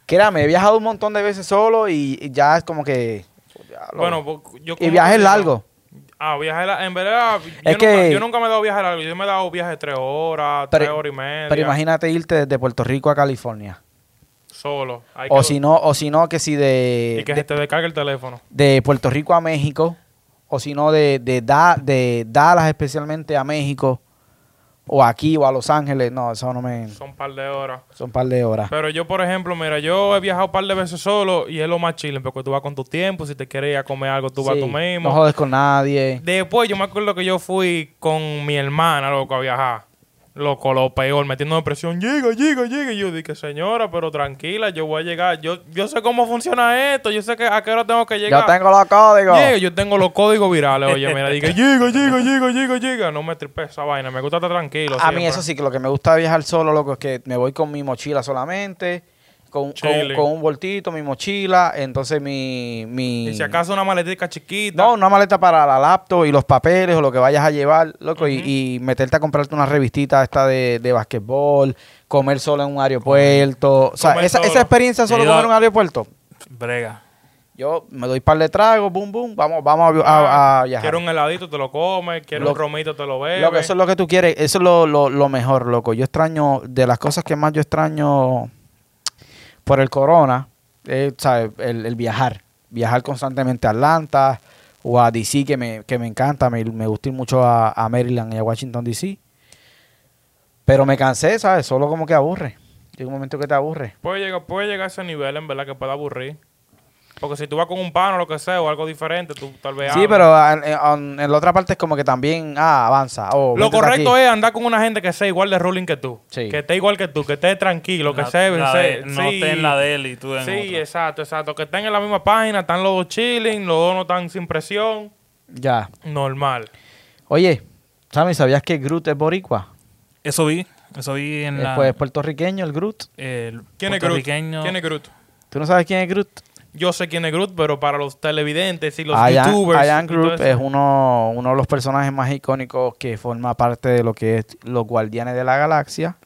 Créame, he viajado un montón de veces solo y, y ya es como que... ya lo-
Bueno, pues, yo
y
como-
viajes largos.
Ah, viajes largos. En verdad, yo,
Es
nunca,
que-
yo nunca me he dado viajes largos. Yo me he dado viajes de tres horas,
Pero-
tres horas y media.
Pero imagínate irte desde Puerto Rico a California.
Solo. Hay
O
que-
si no, o si no que si de,
y que
de-
se te descargue el teléfono.
de Puerto Rico a México, o si no de, de, Da- de Dallas especialmente a México, o aquí o a Los Ángeles. No, eso no me...
Son un par de horas.
Son un par de horas.
Pero yo, por ejemplo, mira, yo he viajado un par de veces solo y es lo más chile, porque tú vas con tu tiempo, si te quieres ir a comer algo, tú vas
Sí,
tú mismo.
No jodes con nadie.
Después yo me acuerdo que yo fui con mi hermana, loco, a viajar. Loco, lo peor, metiendo presión. Llega, llega, llega. Y yo dije, señora, pero tranquila, yo voy a llegar. Yo, yo sé cómo funciona esto, yo sé que a qué hora tengo que llegar.
Yo tengo los códigos.
Llega, yo tengo los códigos virales. Oye, mira, dije, llega, llega, llega, llega, llega. No me tripé esa vaina, me gusta estar tranquilo.
a mí
siempre.
eso sí que lo que me gusta de viajar solo, loco, es que me voy con mi mochila solamente, con, con,
Chile.
con un voltito, mi mochila, entonces mi... mi
Y si acaso una maletica chiquita.
No, una maleta para la laptop y los papeles o lo que vayas a llevar, loco, y- y, meterte a comprarte una revistita esta de, de basquetbol, comer solo en un aeropuerto. O sea,
Comer
esa, esa
solo.
experiencia solo
He ido a-
comer en un aeropuerto.
Brega.
Yo me doy par de tragos, boom, boom, vamos, vamos a, a- a viajar.
Ah, Quiero un heladito, te lo comes. Quiero
Lo-
un romito, te lo bebes.
Loco, eso es lo que tú quieres, eso es lo, lo- lo mejor, loco. Yo extraño, de las cosas que más yo extraño por el corona, eh, ¿sabes? El, el viajar. Viajar constantemente a Atlanta o a DC, que me, que me encanta, me, me gusta ir mucho a, a Maryland y a Washington DC. Pero me cansé, ¿sabes? Solo como que aburre. Llega un momento que te aburre.
Puede llegar, puede llegar a ese nivel, en verdad, que pueda aburrir. Porque si tú vas con un pan o lo que sea, o algo diferente, tú tal vez...
Sí,
hables.
pero a- a- en, la otra parte es como que también, ah, avanza. oh,
Lo
métete
correcto
aquí.
es andar con una gente que sea igual de ruling que tú.
Sí.
Que esté igual que tú, que esté tranquilo, que
La-
sea...
la
sea-
de- No
sí.
esté en la de él y tú en
Sí,
otra.
exacto, exacto. Que estén en la misma página, están los dos chilling, los dos no están sin presión.
Ya.
Normal.
Oye, Sammy, ¿sabías que Groot es boricua?
Eso vi. Eso vi en la...
Después es Eh, pues, puertorriqueño, el Groot.
el
¿Quién es Groot?
puertorriqueño.
¿Quién es Groot?
¿Tú no sabes quién es Groot?
Yo sé quién es Groot, pero para los televidentes y los
I Am-
youtubers...
I Am
y todo
Groot
eso-
es uno, uno de los personajes más icónicos que forma parte de lo que es los Guardianes de la Galaxia.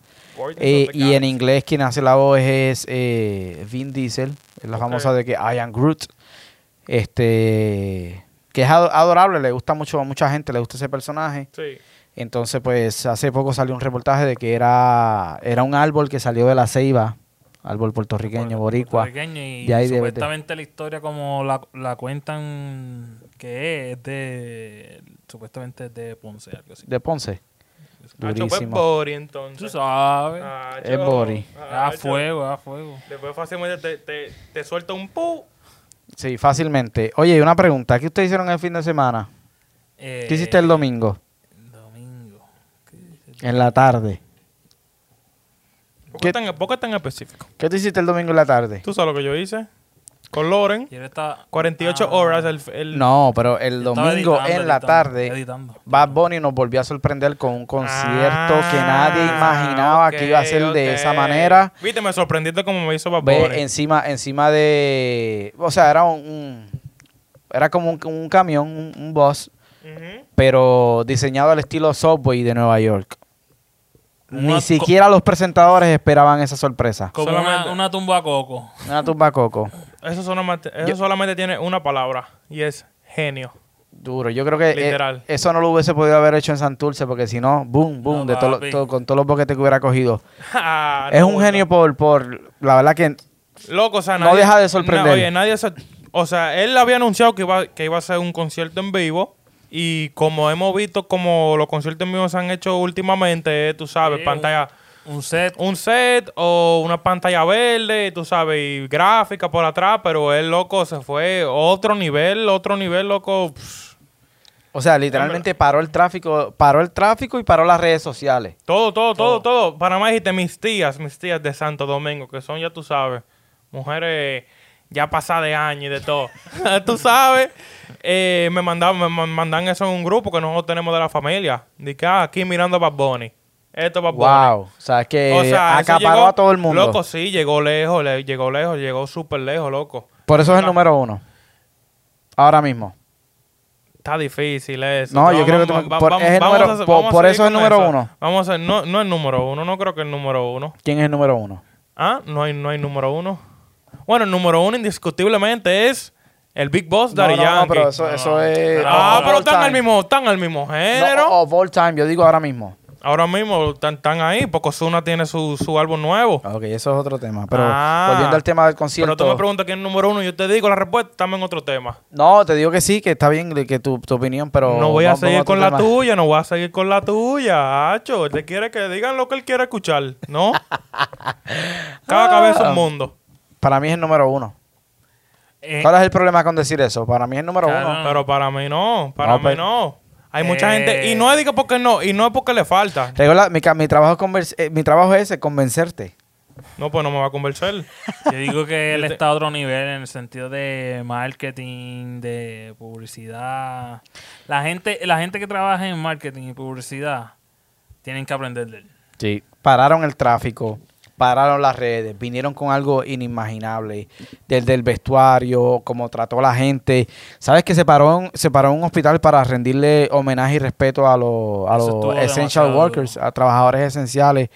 Eh, y en inglés quien hace la voz es eh, Vin Diesel, es la
Ok.
famosa de que I am Groot. Este, que es ado- adorable, le gusta mucho a mucha gente, le gusta ese personaje.
Sí.
Entonces, pues hace poco salió un reportaje de que era, era un árbol que salió de la ceiba, árbol puertorriqueño, boricua.
puertorriqueño y
De ahí debe de-
supuestamente la historia como la, la cuentan que es de supuestamente es de Ponce algo así.
de Ponce.
Nacho fue
pues,
Durísimo.
pues, Bori, entonces.
Tú sabes. A
Nacho,
Es Bori.
Ah,
Nacho.
fuego, a fuego.
ah, Después fácilmente te, te, te suelta un pu.
Sí, fácilmente. Oye, y una pregunta. ¿Qué ustedes hicieron el fin de semana?
Eh,
¿Qué hiciste el domingo?
domingo?
En la tarde.
¿Por
¿Qué-
qué tan, por qué tan específico?
¿Qué tú hiciste el domingo en la tarde?
¿Tú sabes lo que yo hice? Con Loren,
Y él está
48
ah,
horas. El, el-
No, pero el
yo estaba
domingo
editando,
en la
editando,
tarde,
editando.
Bad Bunny nos volvió a sorprender con un concierto que
Ah,
nadie imaginaba que iba a
ok,
ser
ok.
de esa manera.
Viste, me sorprendiste como me hizo Bad
Ve
Bunny.
encima, encima de. O sea, era un. un- era como un, un camión, un, un bus,
Ujú.
pero diseñado al estilo Subway de Nueva York. Ni
Una co-
siquiera los presentadores esperaban esa sorpresa.
Como
Solamente-
una, una tumba a coco.
Una tumba coco.
Eso, solamente, eso solamente tiene una palabra y es genio. (laughs)
Duro. Yo creo que eh,
Literal.
eso no lo hubiese podido haber hecho en Santurce porque si no, boom, boom,
No,
de todo lo-
papi.
todo- con todos los boquetes que hubiera cogido.
Ah,
es
no,
un genio por, por... La verdad que...
Loco, o sea,
No deja de sorprender.
na- oye, nadie se- o sea, él había anunciado que iba, que iba a hacer un concierto en vivo. Y como hemos visto, como los conciertos en vivo se han hecho últimamente, eh, tú sabes,
Sí,
pantalla.
Un set.
Un set o una pantalla verde, tú sabes, y gráfica por atrás, pero él, loco, se fue otro nivel, otro nivel, loco. pff,
O sea, literalmente paró el tráfico, paró el tráfico y paró las redes sociales.
todo, todo, todo, todo. Panamá dijiste mis tías, mis tías de Santo Domingo, que son, ya tú sabes, mujeres ya pasadas de año y de
(laughs)
todo. tú sabes, eh, me, mandaban, me man- mandan eso en un grupo que nosotros tenemos de la familia. Dice que ah, aquí mirando a Bad Bunny. Esto es Bad Bunny.
Wow. O sea, es que
O sea, eso
Eh, acaparó
llegó-
a todo el mundo.
Loco, sí, llegó lejos, le- llegó lejos, llegó súper lejos, loco.
por eso es el
la-
número uno. Ahora mismo.
Está difícil eso.
No, yo creo que tú- por- es el número-
hacer-
por-
a
por
seguir
eso es
con
número uno.
Vamos a hacer- no, no es número uno, no creo que el número uno.
¿Quién es el número uno?
Ah, no hay, no hay número uno. Bueno, el número uno indiscutiblemente es el Big Boss Daddy
no, no,
Yankee.
pero eso, eso es.
ah,
all
pero están
time.
al mismo, están al mismo género.
No, of all time, yo digo ahora mismo.
Ahora mismo están, están ahí, porque Ozuna tiene su, su álbum nuevo.
Ok, eso es otro tema. Pero
Ah.
volviendo al tema del
Pero
concierto.
tú me preguntas quién es el número uno y yo te digo la respuesta, estamos en otro tema.
no, te digo que sí, que está bien de que tu, tu opinión, pero.
no voy a
vamos- vamos
seguir
otro
con la
tema.
tuya, no voy a seguir con la tuya, Hacho. Él te quiere que digan lo que él quiere escuchar,
(laughs)
¿no? Cada cabeza
Ah.
un mundo.
Para mí es el número uno.
Eh,
¿Cuál es el problema con decir eso? Para mí es el número
Claro.
uno.
Pero para mí no, para
No,
mí
pero-
no. Hay mucha
Ah. Eh.
gente, y no es digo porque no, y no es porque le falta.
Regula, mi, ca- mi trabajo es convers- eh, mi trabajo es ese, convencerte.
No, pues no me va a convencer.
Ah.
Yo
(laughs)
digo que él está a otro nivel en el sentido de marketing, de publicidad. La gente, la gente que trabaja en marketing y publicidad tienen que aprender de él.
Sí. Pararon el tráfico, pararon las redes, vinieron con algo inimaginable, desde el vestuario, cómo trató la gente. ¿Sabes que se paró, en- se paró en un hospital para rendirle homenaje y respeto a, los a
Eso
los
estuvo
essential
demasiado
workers, a trabajadores esenciales,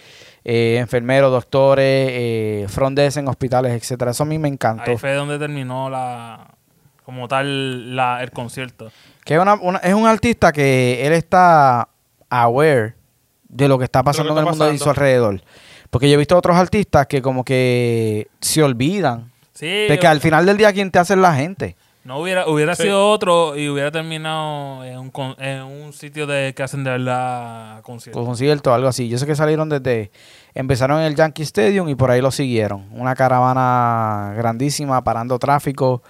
eh, enfermeros, doctores, eh, front desk en hospitales, etcétera? Eso a mí me encantó.
Ahí fue donde terminó la como tal la, el concierto.
Que es, una- una- es un artista que él está aware de lo que está pasando
está
en el mundo y
pasando.
su alrededor. Porque yo he visto otros artistas que como que se olvidan
Sí,
de que al final del día quien te hace es la gente.
no hubiera, hubiera
Sí.
sido otro y hubiera terminado en un, con- en un sitio de que hacen de verdad concierto.
Con concierto o algo así. Yo sé que salieron desde... Empezaron en el Yankee Stadium y por ahí lo siguieron. Una caravana grandísima, parando tráfico,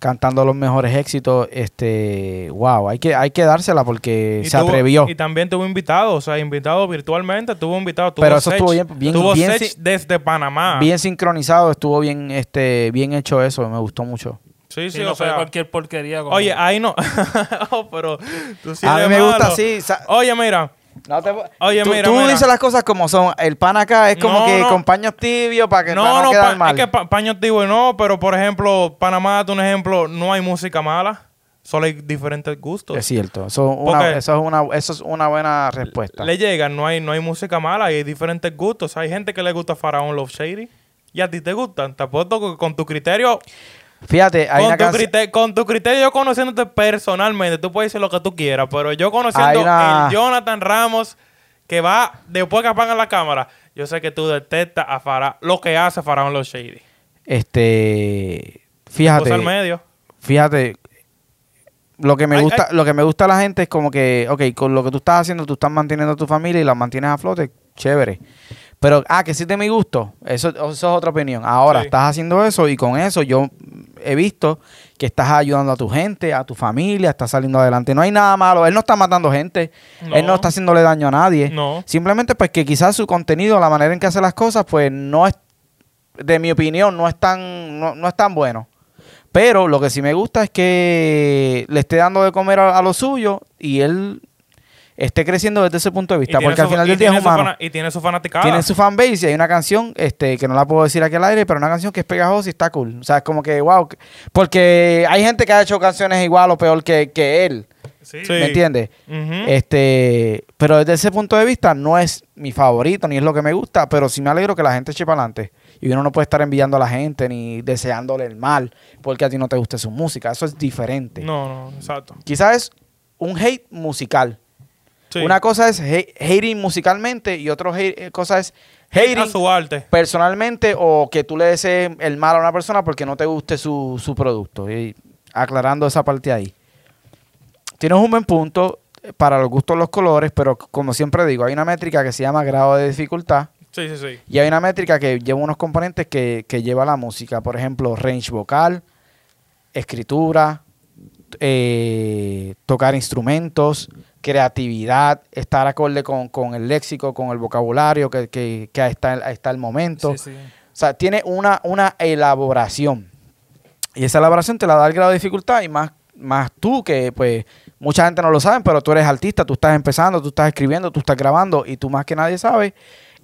cantando los mejores éxitos. Este, wow, hay que, hay que dársela porque
Y
se
tuvo-
atrevió.
Y también tuvo invitados, o sea, invitados virtualmente, tuvo invitados. tuvo
Pero eso estuvo
Sech,
bien- bien-
tuvo
bien-
Sech desde Panamá.
Bien sincronizado, estuvo bien, este, bien hecho eso, me gustó mucho.
Sí, sí,
Sí,
o
no fue
sea.
cualquier porquería. como-
ah,
Oye, ahí no. (laughs) Oh, pero tú sí
a
eres
mí me gusta
malo.
así. sa-
Oye, mira.
no te-
Oye,
tú,
mira,
tú
mira.
dices las cosas como son. El pan acá es como
No,
que
no.
con paños tibios para que para
No,
no,
no,
quedar
pa-
mal.
es que pa- paño activo y no, pero por ejemplo, Panamá, date un ejemplo, no hay música mala, solo hay diferentes gustos.
Es cierto, eso, es una-
Porque-
eso es una, eso es una buena respuesta.
Le llegan, no hay, no hay música mala, hay diferentes gustos. Hay gente que le gusta Faraón Love Shady y a ti te gustan. Te apuesto que con tu criterio,
Fíjate, hay
con
una,
tu,
canción-
criterio con tu criterio, yo conociéndote personalmente, tú puedes decir lo que tú quieras, pero yo conociendo
Hay una-
el Jonathan Ramos que va después que apagan la cámara, yo sé que tú detestas a Faraón, lo que hace Faraón Love Shady.
este,
Pues al
fíjate,
medio.
fíjate, lo que me
Ay,
gusta, lo que me gusta a la gente es como que, ok, con lo que tú estás haciendo, tú estás manteniendo a tu familia y la mantienes a flote, chévere. Pero, ah, que sí de mi gusto, eso, eso es otra opinión. Ahora,
Sí.
estás haciendo eso y con eso yo he visto que estás ayudando a tu gente, a tu familia, estás saliendo adelante. No hay nada malo, él no está matando gente,
No.
él no está haciéndole daño a nadie.
No.
Simplemente pues que quizás su contenido, la manera en que hace las cosas, pues no es, de mi opinión, no es tan, no, no es tan bueno. Pero lo que sí me gusta es que le esté dando de comer a, a lo suyo y él esté creciendo desde ese punto de
Y
vista.
tiene
Porque al
su-
final
y
del día
tiene
es
su Ah.
humano.
fana- Y tiene su fanaticada.
Tiene su fanbase y hay una canción este, que no la puedo decir aquí al aire, pero una canción que es pegajosa y está cool. O sea, es como que, wow. que- Porque hay gente que ha hecho canciones igual o peor que, que él.
Sí.
Sí.
¿Me entiendes?
Ujú.
Este, pero desde ese punto de vista no es mi favorito ni es lo que me gusta, pero sí me alegro que la gente eche para adelante. Y uno no puede estar enviando a la gente ni deseándole el mal porque a ti no te guste su música. Eso es diferente.
No, no, exacto.
Quizás es un hate musical.
Sí.
Una cosa es ha- hating musicalmente y otra hate- eh, cosa es
Hate a
hating
su arte.
personalmente o que tú le desees el mal a una persona porque no te guste su, su producto. Y aclarando esa parte ahí. Tienes un buen punto eh, para los gustos los colores, pero c- como siempre digo, hay una métrica que se llama grado de dificultad
Sí, sí, sí.
y hay una métrica que lleva unos componentes que, que lleva la música. Por ejemplo, range vocal, escritura, eh, tocar instrumentos, creatividad, estar acorde con, con el léxico, con el vocabulario que, que, que está, está el momento.
Sí, sí.
O sea, tiene una, una elaboración. Y esa elaboración te la da el grado de dificultad y más, más tú que pues mucha gente no lo sabe, pero tú eres artista, tú estás empezando, tú estás escribiendo, tú estás grabando y tú más que nadie sabes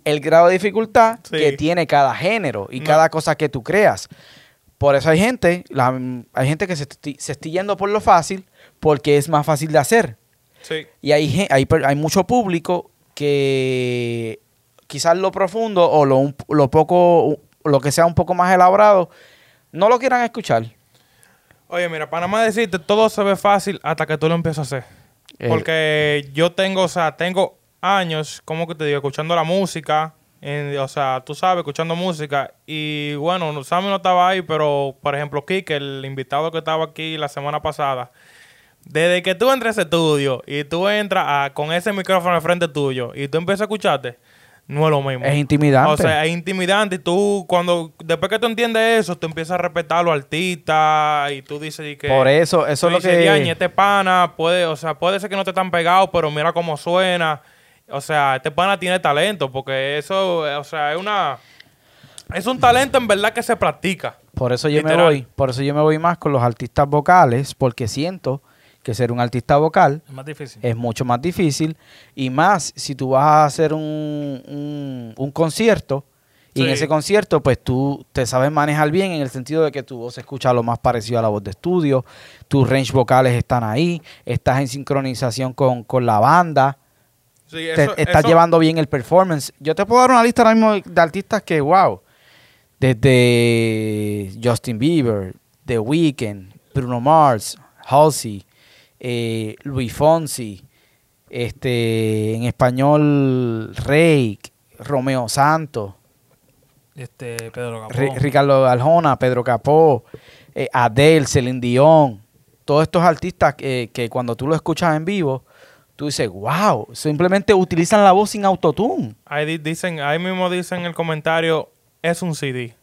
el grado de dificultad
Sí.
que tiene cada género y
No.
cada cosa que tú creas. Por eso hay gente, la- hay gente que se, esti- se está yendo por lo fácil porque es más fácil de hacer.
Sí.
Y hay, gen- hay, per- hay mucho público que quizás lo profundo o lo, un- lo poco, lo que sea un poco más elaborado, no lo quieran escuchar.
Oye, mira, para más decirte, todo se ve fácil hasta que tú lo empiezas a hacer.
Eh.
Porque yo tengo, o sea, tengo años, como que te digo, escuchando la música. en- o sea, tú sabes, escuchando música. Y bueno, no- Sammy no estaba ahí, pero por ejemplo, Kike, el invitado que estaba aquí la semana pasada. Desde que tú entras a ese estudio y tú entras a- con ese micrófono al frente tuyo y tú empiezas a escucharte, no es lo mismo.
Es intimidante.
O sea, es intimidante. Y tú, cuando, después que tú entiendes eso, tú empiezas a respetar a los artistas y tú dices y que.
Por eso, eso es
tú
lo
dices,
que-
"Diañe, este pana puede, o sea, puede ser que no te tan pegado, pero mira cómo suena. O sea, este pana tiene talento, porque eso, eh, o sea, es una. Es un talento en verdad que se practica.
Por eso yo me
Literal.
voy, por eso yo me voy más con los artistas vocales, porque siento que ser un artista vocal
Es más difícil.
es mucho más difícil y más si tú vas a hacer un, un- un concierto y en
Sí.
ese concierto pues tú te sabes manejar bien en el sentido de que tu voz se escucha lo más parecido a la voz de estudio, tus range vocales están ahí, estás en sincronización con, con la banda,
Sí,
te-
eso-
estás
eso-
llevando bien el performance. Yo te puedo dar una lista ahora mismo de- de artistas que, wow, desde Justin Bieber, The Weeknd, Bruno Mars, Halsey, eh, Luis Fonsi, este, en español, Rake, Romeo Santos,
Este, Pedro Capó.
Ri- Ricardo Aljona, Pedro Capó, eh, Adele, Celine Dion, todos estos artistas que, que cuando tú lo escuchas en vivo, tú dices, wow, simplemente utilizan la voz sin autotune.
Ahí, di- dicen, ahí mismo dicen en el comentario, es un CD.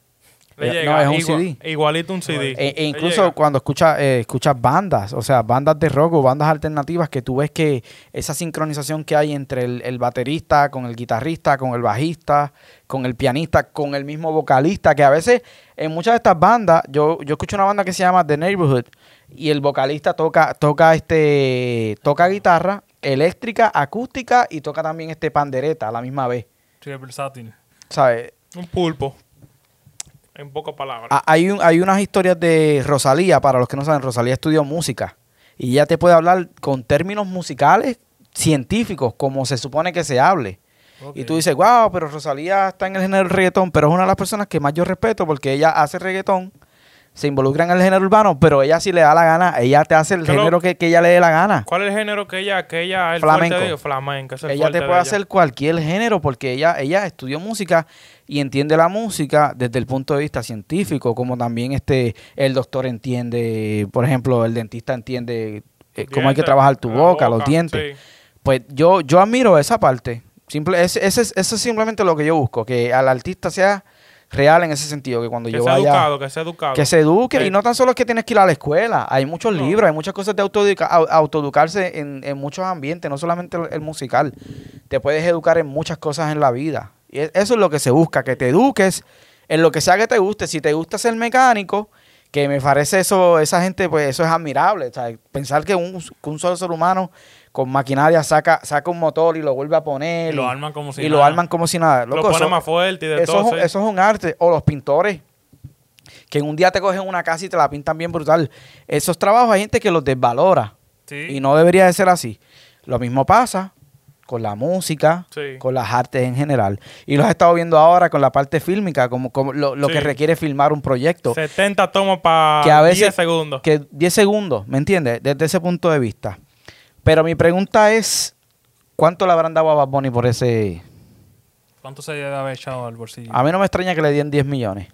Le
Eh,
llega
no, es un
igua-
CD.
Igualito un CD.
E, e
Le
incluso
llega.
cuando escuchas escuchas bandas, o sea, bandas de rock o bandas alternativas que tú ves que esa sincronización que hay entre el, el baterista, con el guitarrista, con el bajista, con el pianista, con el mismo vocalista, que a veces en muchas de estas bandas, yo, yo escucho una banda que se llama The Neighborhood y el vocalista toca, toca, este, toca guitarra eléctrica, acústica y toca también este pandereta a la misma vez.
Sí, es versátil.
¿Sabes?
Un pulpo. En pocas palabras.
Ah, Hay, un- hay unas historias de Rosalía, para los que no saben, Rosalía estudió música y ella te puede hablar con términos musicales científicos, como se supone que se hable. Y tú
Ok.
dices, wow, pero Rosalía está en el género del reggaetón, pero es una de las personas que más yo respeto porque ella hace reggaetón, se involucra en el género urbano, pero ella si le da la gana, ella te hace el
Claro.
género que, que ella le dé la gana.
¿Cuál es el género que ella, que ella, el
Flamenco.
fuerte de ella? Flamenco. es el
ella
fuerte
te
de
puede hacer cualquier género porque ella, ella estudió música y entiende la música desde el punto de vista científico, como también este el doctor entiende, por ejemplo, el dentista entiende eh, cómo hay que
Dientes,
trabajar tu
la
boca, los dientes.
sí.
Pues yo, yo admiro esa parte. Simple, ese, ese es- eso es simplemente lo que yo busco, que al artista sea real en ese sentido, que cuando
Que
yo
sea
vaya...
educado, que sea educado.
Que se eduque.
Sí.
Y no tan solo es que tienes que ir a la escuela. Hay muchos
No.
libros, hay muchas cosas de autoeduca- au- autoeducarse en, en muchos ambientes, no solamente el, el musical. Te puedes educar en muchas cosas en la vida. Y e- eso es lo que se busca, que te eduques en lo que sea que te guste. Si te gusta ser mecánico, que me parece eso, esa gente, pues eso es admirable. o sea, Pensar que un, que un solo ser humano con maquinaria saca, saca un motor y lo vuelve a poner.
Y lo arman como si
y lo
nada.
arman como si nada.
lo
Loco,
pone
eso-
más fuerte y de
eso,
todo.
es, un- eso es un arte. O los pintores, que en un día te cogen una casa y te la pintan bien brutal. Esos trabajos hay gente que los desvalora.
Sí.
Y no debería de ser así. Lo mismo pasa con la música,
Sí.
con las artes en general. Y los he estado viendo ahora con la parte fílmica, como, como lo, lo
Sí.
que requiere filmar un proyecto.
70 tomas para
Que a veces-
10 segundos.
Que 10 segundos, ¿me entiendes? Desde ese punto de vista. Pero mi pregunta es, ¿cuánto le habrán dado a Bad Bunny por ese...?
¿Cuánto se debe haber echado al bolsillo?
A mí no me extraña que le den 10 millones.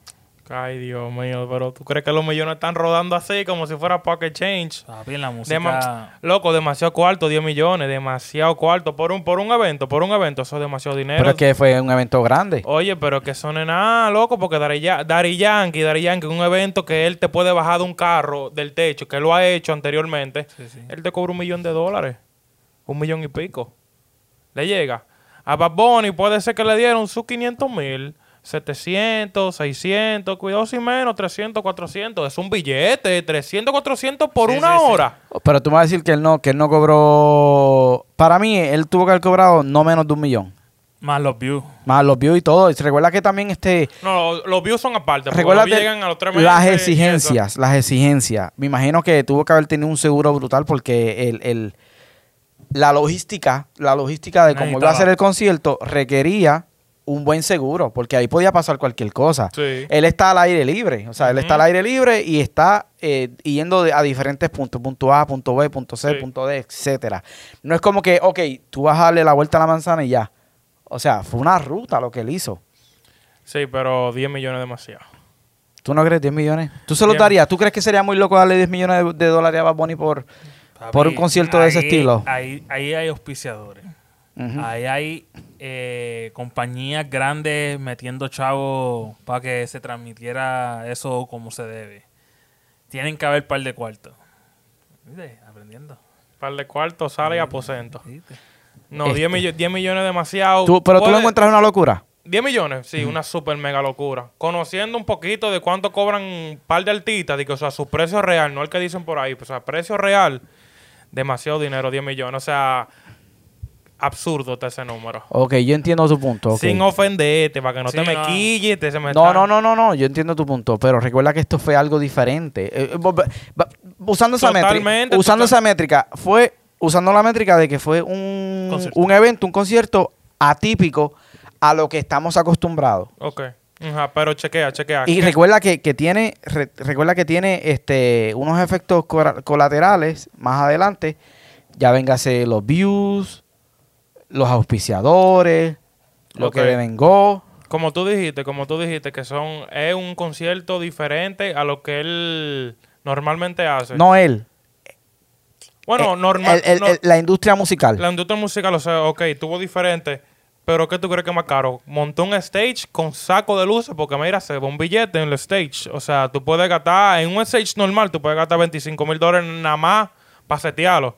Ay, Dios mío, pero ¿tú crees que los millones están rodando así como si fuera pocket change?
Papi, en la música.
Dema- loco, demasiado cuarto, 10 millones, demasiado cuarto. Por un, por un evento, por un evento, eso es demasiado dinero.
Pero es que fue un evento grande.
Oye, pero que son en nada, loco, porque Dari Ya- Dari Yankee, Dari Yankee, un evento que él te puede bajar de un carro del techo, que lo ha hecho anteriormente,
Sí, sí.
él te cobra un millón de dólares, un millón y pico. Le llega. A Bad Bunny puede ser que le dieron sus 500 mil, 700, 600, cuidado si menos, 300, 400. Es un billete, 300, 400 por
Sí,
una
sí, sí.
hora.
Pero tú me vas a decir que él no, que él no cobró. Para mí, él tuvo que haber cobrado no menos de un millón.
Más los views.
Más los views y todo. Y Recuerda que también este...
No, los, los views son aparte. porque
Recuerda
los views llegan a los tres meses
las
y eso.
exigencias, las exigencias. Me imagino que tuvo que haber tenido un seguro brutal porque el, el- la logística, la logística de cómo iba a
Necesitaba.
ser el concierto requería un buen seguro porque ahí podía pasar cualquier cosa.
Sí.
Eh.
Él está al aire libre, o sea, él está al
Ujú.
aire libre y está eh, yendo de- a diferentes puntos, punto A, punto B, punto C,
Sí.
punto D, etcétera. No es como que, ok, tú vas a darle la vuelta a la manzana y ya. O sea, fue una ruta lo que él hizo.
Sí, pero 10 millones es demasiado.
¿Tú no crees 10 millones? ¿Tú se los
Bien.
darías? ¿Tú crees que sería muy loco darle 10 millones de, de dólares a Bad Bunny por... Por un concierto de ese
ahí-
estilo.
Ahí, ahí hay auspiciadores.
Ujú.
Ahí hay eh, compañías grandes metiendo chavos para que se transmitiera eso como se debe. Tienen que haber par de cuartos. ¿Viste? Aprendiendo.
Par de cuartos, sala y aposento.
¿Viste?
No,
Este.
10, millo- 10 millones es demasiado.
Tú- pero tú lo
Puede-
encuentras una locura.
10 millones, sí, una super mega locura. Conociendo un poquito de cuánto cobran un par de artistas, de que, o sea, su precio real, no el que dicen por ahí, pues, o sea, precio real, demasiado dinero, 10 millones. O sea, absurdo está ese número.
Ok, yo entiendo tu punto. ok.
Sin ofenderte, para que no
Sí,
te me
no.
quilles, te se me
No,
está-
no, no, no, no, yo entiendo tu punto, pero recuerda que esto fue algo diferente. Eh, eh, bo- bo- ba- usando esa métrica,
Totalmente,
usando
total-
esa métrica, fue usando la métrica de que fue un,
Concierto.
un evento, un concierto atípico a lo que estamos acostumbrados.
Ok. Ajá, pero chequea, chequea.
Y
Ah, ¿Qué-
recuerda que, que tiene, re- recuerda que tiene este unos efectos cora- colaterales más adelante. Ya véngase los views, los auspiciadores, lo
Ok.
que le vengó.
Como tú dijiste, como tú dijiste, que son es un concierto diferente a lo que él normalmente hace.
No él.
bueno,
Eh,
normal.
el- el-
no-
el- la industria musical.
la industria musical, o sea, ok, tuvo diferente. Pero ¿qué tú crees que es más caro? Montó un stage con saco de luces porque mira, se va un billete en el stage. O sea, tú puedes gastar, en un stage normal, tú puedes gastar 25 mil dólares nada más para setearlo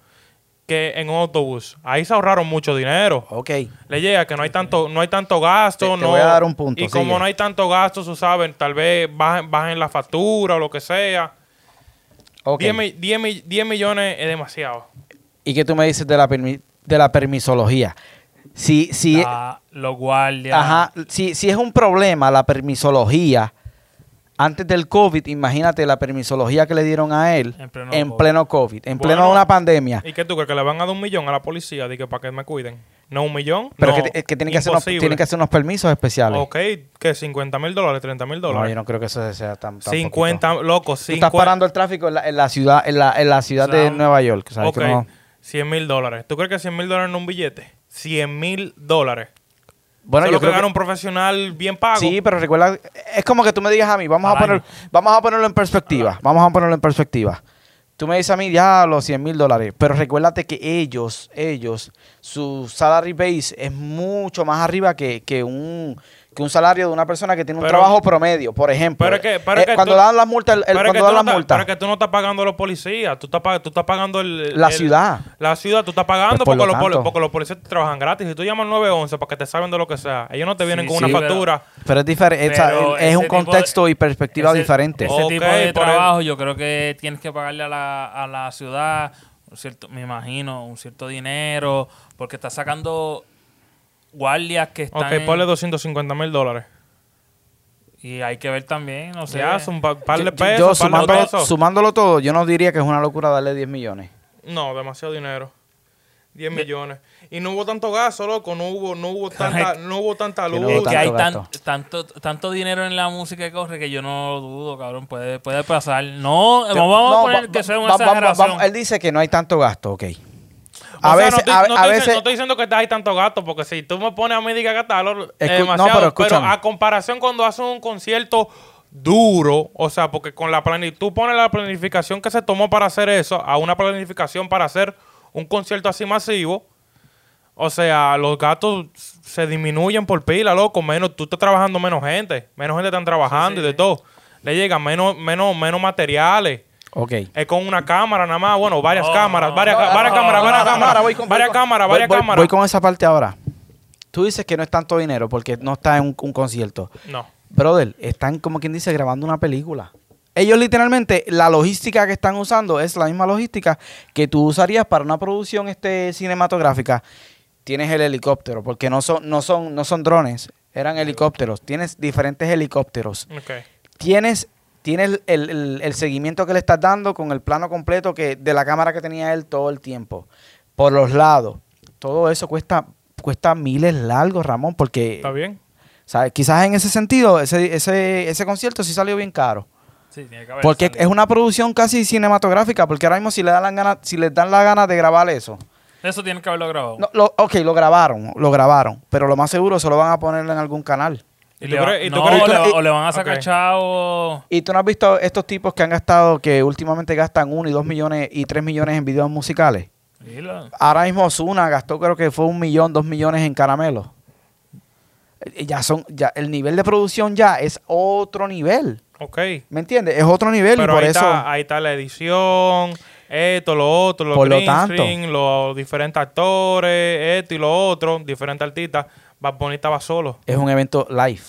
que en un autobús. Ahí se ahorraron mucho dinero.
Ok.
le llega que no hay tanto no hay tanto gasto
Te- te
no
voy a dar un punto,
y como
sigue.
no hay tanto gasto tú sabes tal vez bajen, bajen la factura o lo que sea
ok.
10, mi- 10 mi- 10 millones es demasiado
¿Y qué tú me dices de la, permi- de la permisología? Si, si,
Ah,
La- los guardias.
eh, ajá, si, si es un problema la permisología, antes del COVID, imagínate la permisología que le dieron a él
En pleno
en
COVID.
pleno COVID, en
Bueno, eh,
pleno una pandemia.
y qué tú crees que le van a dar un millón a la policía de que para que me cuiden no un millón
Pero
no,
que, te- que tienen, que hacer unos,
imposible.
tienen que hacer unos permisos especiales.
ok que 50 mil dólares 30 mil
No, yo
dólares
no creo que eso sea tan, tan
50
poquito.
loco
Tú estás
50
parando el tráfico en la, en la ciudad, en la, en la ciudad
O sea,
de
un-
Nueva York. o sea, que
ok
no-
100 mil dólares ¿tú crees que 100 mil dólares en un billete? 100 mil dólares Eso
Bueno,
es
yo
lo que
creo
gana
que-
un profesional bien pago
Sí, pero recuerda, es como que tú me digas a mí, vamos a
Al
poner,
año.
vamos a ponerlo en perspectiva, vamos a ponerlo en perspectiva. Tú me dices a mí, ya los 100 mil dólares, pero recuérdate que ellos, ellos, su salary base es mucho más arriba que, que un que un salario de una persona que tiene un
Pero-
trabajo promedio, por ejemplo.
pero es que- pero
Eh,
es que
cuando
tú-
dan las multas, el- el-
Pero es que
cuando
tú no
dan las
estás-
multas,
pero es que tú no estás pagando a los policías. Tú estás, pa- tú estás pagando el-
La
el-
ciudad.
La ciudad, tú estás pagando
Pues por
porque,
lo
los, poli-
tanto.
porque los policías te trabajan gratis. Si tú llamas al 911 para que te salven de lo que sea, ellos no te vienen
Sí,
con
sí,
una
pero-
factura.
pero es diferente, Eh, o sea,
Pero
es un
ese tipo de-
contexto y perspectiva
ese-
diferente.
Ese
Ok,
tipo de
por el-
trabajo, yo creo que tienes que pagarle a la, a la ciudad, un cierto, me imagino, un cierto dinero, porque estás sacando guardias que están.
Ok,
en-
ponle 250 mil dólares.
y hay que ver también, no sé.
Ya, es un pa- par
Yo-
de
yo-
pesos.
yo
par de
sumándolo,
pesos.
sumándolo todo, yo no diría que es una locura darle 10 millones.
No, demasiado dinero. 10 millones. Y no hubo tanto gasto, loco. No hubo, no
(laughs)
hubo tanta, no hubo tanta
Que
luz.
no
Es
hubo
que hay
tanto
tan-
gasto.
tanto, tanto dinero en la música que corre que yo no lo dudo, cabrón. Puede, puede pasar. No,
Te-
vamos,
no,
a poner
va-
que sea una
va- va- va-
exageración.
él dice que no hay tanto gasto, ok.
O
A
sea,
veces,
no estoy-
a,
no estoy
a
dicen-
veces,
no estoy diciendo que hay tanto gasto, porque si tú me pones a mí diga gastarlo, es
Escu-
demasiado.
no, pero
pero,
escúchame.
a comparación cuando haces un concierto duro, o sea, porque con la planificación, tú pones la planificación que se tomó para hacer eso a una planificación para hacer un concierto así masivo, o sea, los gastos se disminuyen por pila, loco, menos tú estás trabajando menos gente, menos gente están trabajando y de todo. Le llegan menos menos menos materiales.
ok.
Es con una cámara nada más, bueno, varias
No,
cámaras,
no,
varias,
no,
ca- varias
no,
cámaras,
no,
varias
no,
cámaras,
voy con-
varias
voy con-
cámaras,
voy-
varias
voy-
cámaras.
Voy con esa parte ahora. Tú dices que no es tanto dinero porque no está en un, un concierto.
No.
Brother, están como quien dice grabando una película. Ellos literalmente, la logística que están usando es la misma logística que tú usarías para una producción este, cinematográfica. tienes el helicóptero, porque no son, no son, no son drones, eran helicópteros. Tienes diferentes helicópteros.
Ok.
Tienes, tienes el, el- el seguimiento que le estás dando con el plano completo que, de la cámara que tenía él todo el tiempo. Por los lados. Todo eso cuesta, cuesta miles largos, Ramón, porque
¿Está bien?
¿sabes? quizás en ese sentido, ese, ese, ese concierto sí salió bien caro.
Sí, tiene que haber
Porque
salido.
es una producción casi cinematográfica, porque ahora mismo si le dan la gana, si les dan la gana de grabar eso.
Eso tiene que haberlo grabado.
No, lo- ok, lo grabaron, lo grabaron, pero lo más seguro se lo van a poner en algún canal.
¿Y
¿Y
tú
le va-
crees- y tú
no,
crees-
o le,
y-
o le van a sacar
Ok.
chavo.
Y tú no has visto estos tipos que han gastado, que últimamente gastan 1 y 2 millones y 3 millones en videos musicales.
Y lo-
Ahora mismo Osuna gastó creo que fue un millón, dos millones en caramelos. Eh, Ya son, ya el nivel de producción ya es otro nivel.
Ok.
¿Me entiendes? Es otro nivel
Pero
y por
ahí,
eso.
está, ah. ahí está la edición, esto, lo otro, lo
Por lo
green
tanto.
screen, los diferentes actores, esto y lo otro, diferentes artistas. Bad Bunny estaba solo.
Es un evento live,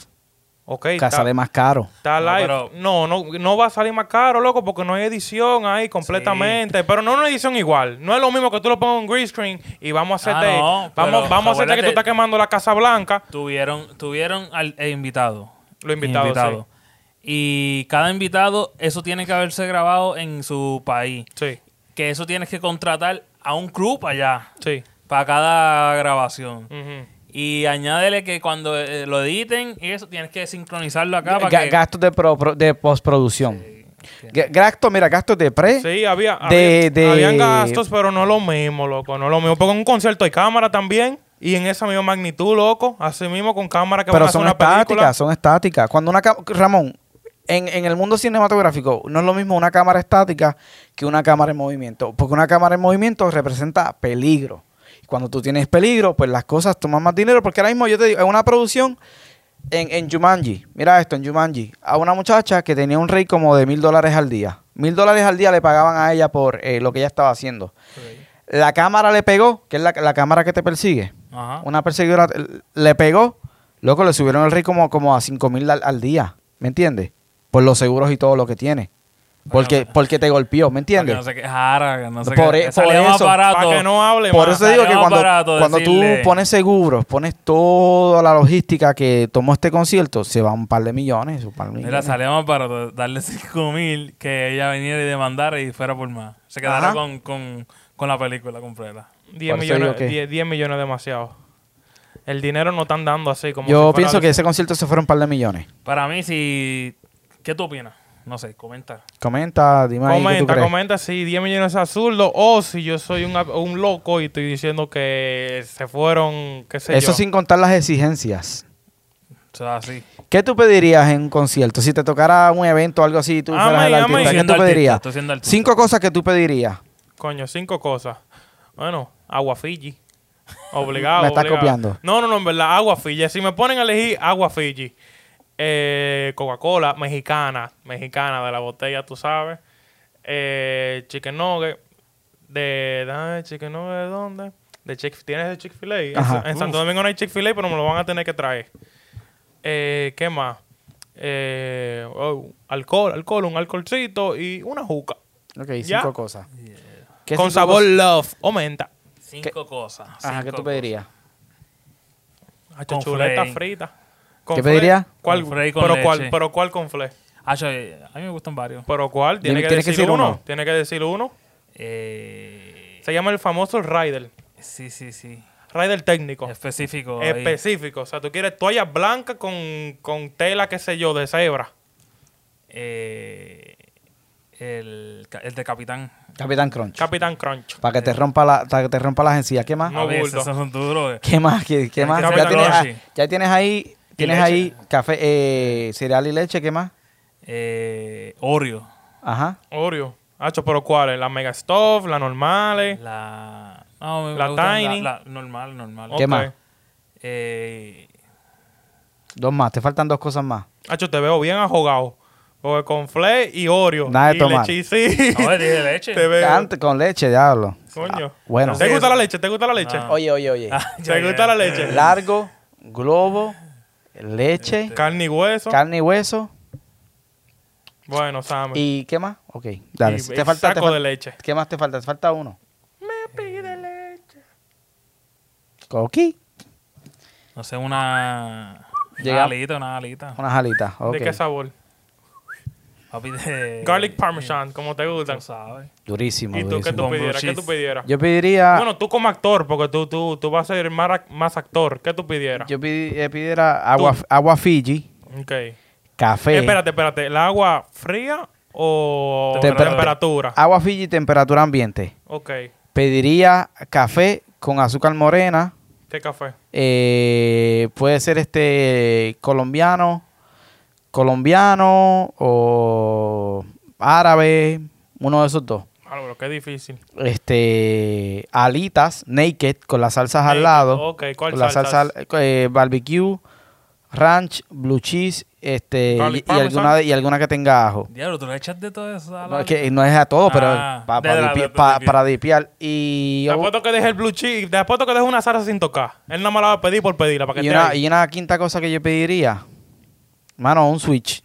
Ok.
que
está-
sale más caro.
Está
No,
live.
pero-
No, no, no va a salir más caro, loco, porque no hay edición ahí completamente. Pero no una edición igual. No es lo mismo que tú lo pongas en green screen y vamos a
Ah,
hacerte.
no,
vamos
pero
vamos a hacerte que tú
acuérdate-
estás quemando la Casa Blanca.
Tuvieron, tuvieron al e invitado.
Lo invitado,
Y cada invitado, eso tiene que haberse grabado en su país.
Sí,
Que eso tienes que contratar a un crew para allá,
sí.
para cada grabación.
Ujú.
Y añádele que cuando eh, lo editen y eso, tienes que sincronizarlo acá para
Ga-
que...
gastos de, pro- pro- de postproducción. Ga- gastos, mira, gastos de pre.
Sí, había, había
De- de-
habían gastos, pero no lo mismo, loco. No lo mismo. Porque en un concierto hay cámara también. Y en esa misma magnitud, loco. Así mismo con cámara que van a
pero
hacer
son
una película.
estáticas, son estáticas. Cuando una ca- Ramón, en, en el mundo cinematográfico no es lo mismo una cámara estática que una cámara en movimiento, porque una cámara en movimiento representa peligro. Y Cuando tú tienes peligro, pues las cosas toman más dinero, porque ahora mismo yo te digo, en una producción en, en Jumanji, mira esto, en Jumanji, a una muchacha que tenía un rey como de mil dólares al día. Mil dólares al día le pagaban a ella por eh, lo que ella estaba haciendo. La cámara le pegó, que es la, la cámara que te persigue
Ajá.
una perseguidora eh, le pegó, loco, le subieron el rey como, como a 5 mil al, al día, ¿me entiendes? Por los seguros y todo lo que tiene. Porque, porque te golpeó, ¿me
Para que
entiendes?
no se quejara, que no se
Por
quejara.
e-
Salía
por
más
eso,
barato.
Para que no hable
Por
más.
eso digo que
salió
cuando,
barato
cuando tú
decirle-
pones seguros, pones toda la logística que tomó este concierto, se va un par de millones, un par de
Mira,
millones.
salía más barato darle (laughs) 5 mil que ella viniera y demandara y fuera por más. Se quedara
Ajá.
con, con, con la película completa.
10
Por eso
millones,
digo que-
10 10 millones es demasiado. El dinero no están dando así como. si
Yo
fuera
pienso
de-
que ese concierto se fueron un par de millones.
Para mí, si. ¿Qué tú opinas? No sé, comenta.
Comenta, dime ahí qué tú
Comenta,
crees.
comenta si 10 millones es absurdo o si yo soy un, ab- un loco y estoy diciendo que se fueron, qué sé yo.
Eso sin contar las exigencias.
O sea, así.
¿Qué tú pedirías en un concierto? Si te tocara un evento o algo así, tú
Ah,
fueras
man,
el
ah, man.
artista, ¿qué
Siendo
tú
artista,
pedirías?
estoy siendo artista.
Cinco cosas que tú pedirías.
Coño, cinco cosas. Bueno, agua Fiji. (laughs) Obligado.
Me estás
obligado.
copiando.
No, no, no, en verdad, agua Fiji. Si me ponen a elegir agua Fiji, eh, Coca-Cola mexicana, mexicana de la botella, tú sabes. Eh, chicken nugget. De, dame chicken nugget de dónde? De Chick ¿Tienes de Chick-fil-A? En
Ajá.
Sa- En, Santo Domingo no hay Chick-fil-A, pero me lo van a tener que traer. Eh, ¿Qué más? Eh, oh, alcohol, alcohol, un alcoholcito y una juca.
Ok,
¿Ya?
cinco cosas. ¿Qué
Con
cinco
sabor
cosas-
love, Oh, aumenta.
Cinco cosas.
Ajá, ¿qué
cinco
tú pedirías?
Hacho,
Con
chuleta
flake.
frita. Con
¿Qué
flake.
pediría?
¿Cuál,
Con flake con
pero, cuál,
leche.
pero cuál con fle?
cosas. Ah, yo, eh, a mí me gustan varios.
¿Pero cuál? Tiene
Dime,
que,
tienes
decir uno. Tiene que decir uno.
Eh,
Se llama el famoso rider.
sí, sí, sí.
Rider técnico.
Específico. ahí.
Específico. O sea, tú quieres toallas blancas con, con tela, qué sé yo, de cebra.
Eh, el, ca- el de Capitán.
Capitán Crunch.
Capitán Crunch.
para que te rompa la, para que te rompa las encías. ¿Qué más?
Eh. No,
a veces
bulto.
esos son duros. eh.
¿Qué más? ¿Qué, qué
Hay
más?
que
Ya
hacer
tienes, ah,
Crunchy.
ya tienes ahí, tienes
leche.
ahí café, eh, cereal y leche, ¿qué más?
Eh, Oreo.
Ajá.
Oreo. Hacho, pero ¿cuáles? Las Mega Stuff, las normales.
La. No, me- me
La
gustan
Tiny.
La, la normal, normal.
¿Qué
Ok.
más?
Eh,
Dos más, te faltan dos cosas más.
Hacho, te veo bien ahogado. Porque con fle y Oreo.
Nada de
y
tomar.
leche, sí.
no,
(laughs)
el de leche.
te veo.
Antes, con leche, diablo. Ah,
Coño.
Bueno.
Ah, ¿Te gusta la leche? ¿Te gusta la leche?
Ah.
Oye, oye, oye.
Ah, ya,
¿Te
ya.
gusta la leche?
Largo, globo, leche,
Carne y hueso.
carne y hueso.
bueno, Sammy.
¿Y qué más? Ok, dale.
Y-
te
y
falta, te
saco
fal-
de leche.
¿Qué más te falta? Te falta uno.
Me pide leche.
Coqui.
No sé, una.
Llega-
Una alita, una alita.
Unas alitas. ok.
¿De qué sabor?
Papi de.
Garlic parmesan, como te gustan.
Tú sabes.
Durísimo.
¿Y tú qué
durísimo.
tú
Con
pidieras? ¿Qué
blue
tú
cheese.
pidieras?
Yo ah. pediría.
Bueno, tú como actor, porque tú, tú, tú vas a ser más, ac- más actor. ¿Qué tú pidieras?
yo pidi- eh, pidiera agua, agua Fiji,
Ok. Eh,
café.
espérate, espérate. ¿El agua fría o
Temperatura.
temperatura?
Agua Fiji, temperatura ambiente.
Ok.
Pediría café con azúcar morena.
¿Qué café?
Eh, puede ser este colombiano, colombiano o árabe, uno de esos dos.
Ah, pero qué difícil.
Este, alitas naked con las salsas al
Naked,
lado.
ok, ¿cuál
con la
salsas?
salsa eh, barbecue, ranch, blue cheese, este y,
Garlic
y alguna
parmesan.
y alguna que tenga ajo.
Diablo, tú le echas de todo eso a la
No, es que no es a todo, pero
Ah,
pa-
de
pa
la-
dipi-
de- de-
pa-
de-
para dipiar y
Te apuesto que deje el blue cheese. Te apuesto que deje una salsa sin tocar. Él no me la va a pedir por pedirla. Para que
y
esté
una,
ahí.
y una quinta cosa que yo pediría, mano, un switch.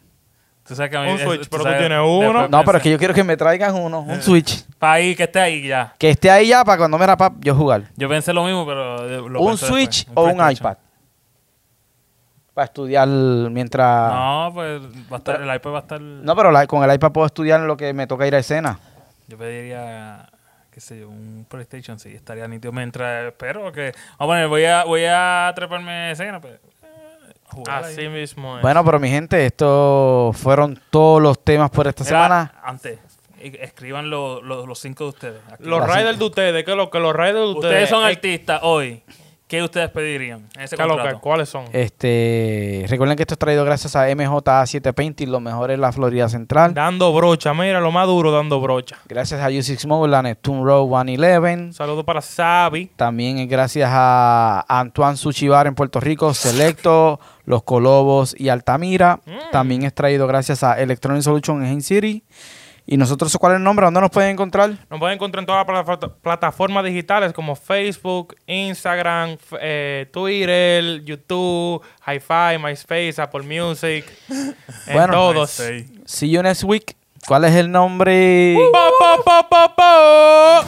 Tú sabes que a mí.
Un
es-
Switch, pero tú
sabes-
tienes uno.
No, pero es
pensé-
que yo quiero que me traigan uno, un Switch.
Pa' ahí, que esté ahí ya.
Que esté ahí ya para cuando me rapa yo jugar.
Yo pensé lo mismo, pero. eh, lo
un
pensé
Switch
después.
o un
PlayStation.
iPad. Para estudiar mientras... No,
No, pues va a estar, el iPad va a estar.
pero la- con el iPad puedo estudiar lo que me toca ir a escena.
Yo pediría, qué sé yo, un PlayStation, sí, estaría nítido mientras espero que... Vamos a poner, voy a, voy a treparme a escena, pues... eh, jugar ahí.
Así mismo es.
Bueno, pero mi gente, estos fueron todos los temas por esta
Mira,
semana.
Antes, e- escriban lo- lo- los cinco de ustedes. aquí.
los
Así-
riders de ustedes, que lo que los riders de ustedes.
ustedes son
es-
artistas hoy. ¿Qué ustedes pedirían en ese
¿Qué lo que-
contrato?
¿Cuáles son?
Eh, Este, recuerden que esto es traído gracias a MJA720, lo mejor es la Florida Central.
Dando brocha, mira, lo más duro dando brocha.
Gracias a U6 Mobile, la Neptune Road 111.
Un saludo para Xavi.
También es gracias a Antoine Suchibar en Puerto Rico, Selecto, Los Colobos y Altamira. También es traído gracias a Electronic Solution en Hain City. ¿Y nosotros cuál es el nombre? ¿Dónde nos pueden encontrar?
Nos pueden encontrar en todas las plata- plataformas digitales como Facebook, Instagram, f- eh, Twitter, YouTube, Hi-Fi, MySpace, Apple Music. en
Bueno,
todos.
Sí.
See you next week. ¿Cuál es el nombre?
Pa, pa, pa, pa, pa.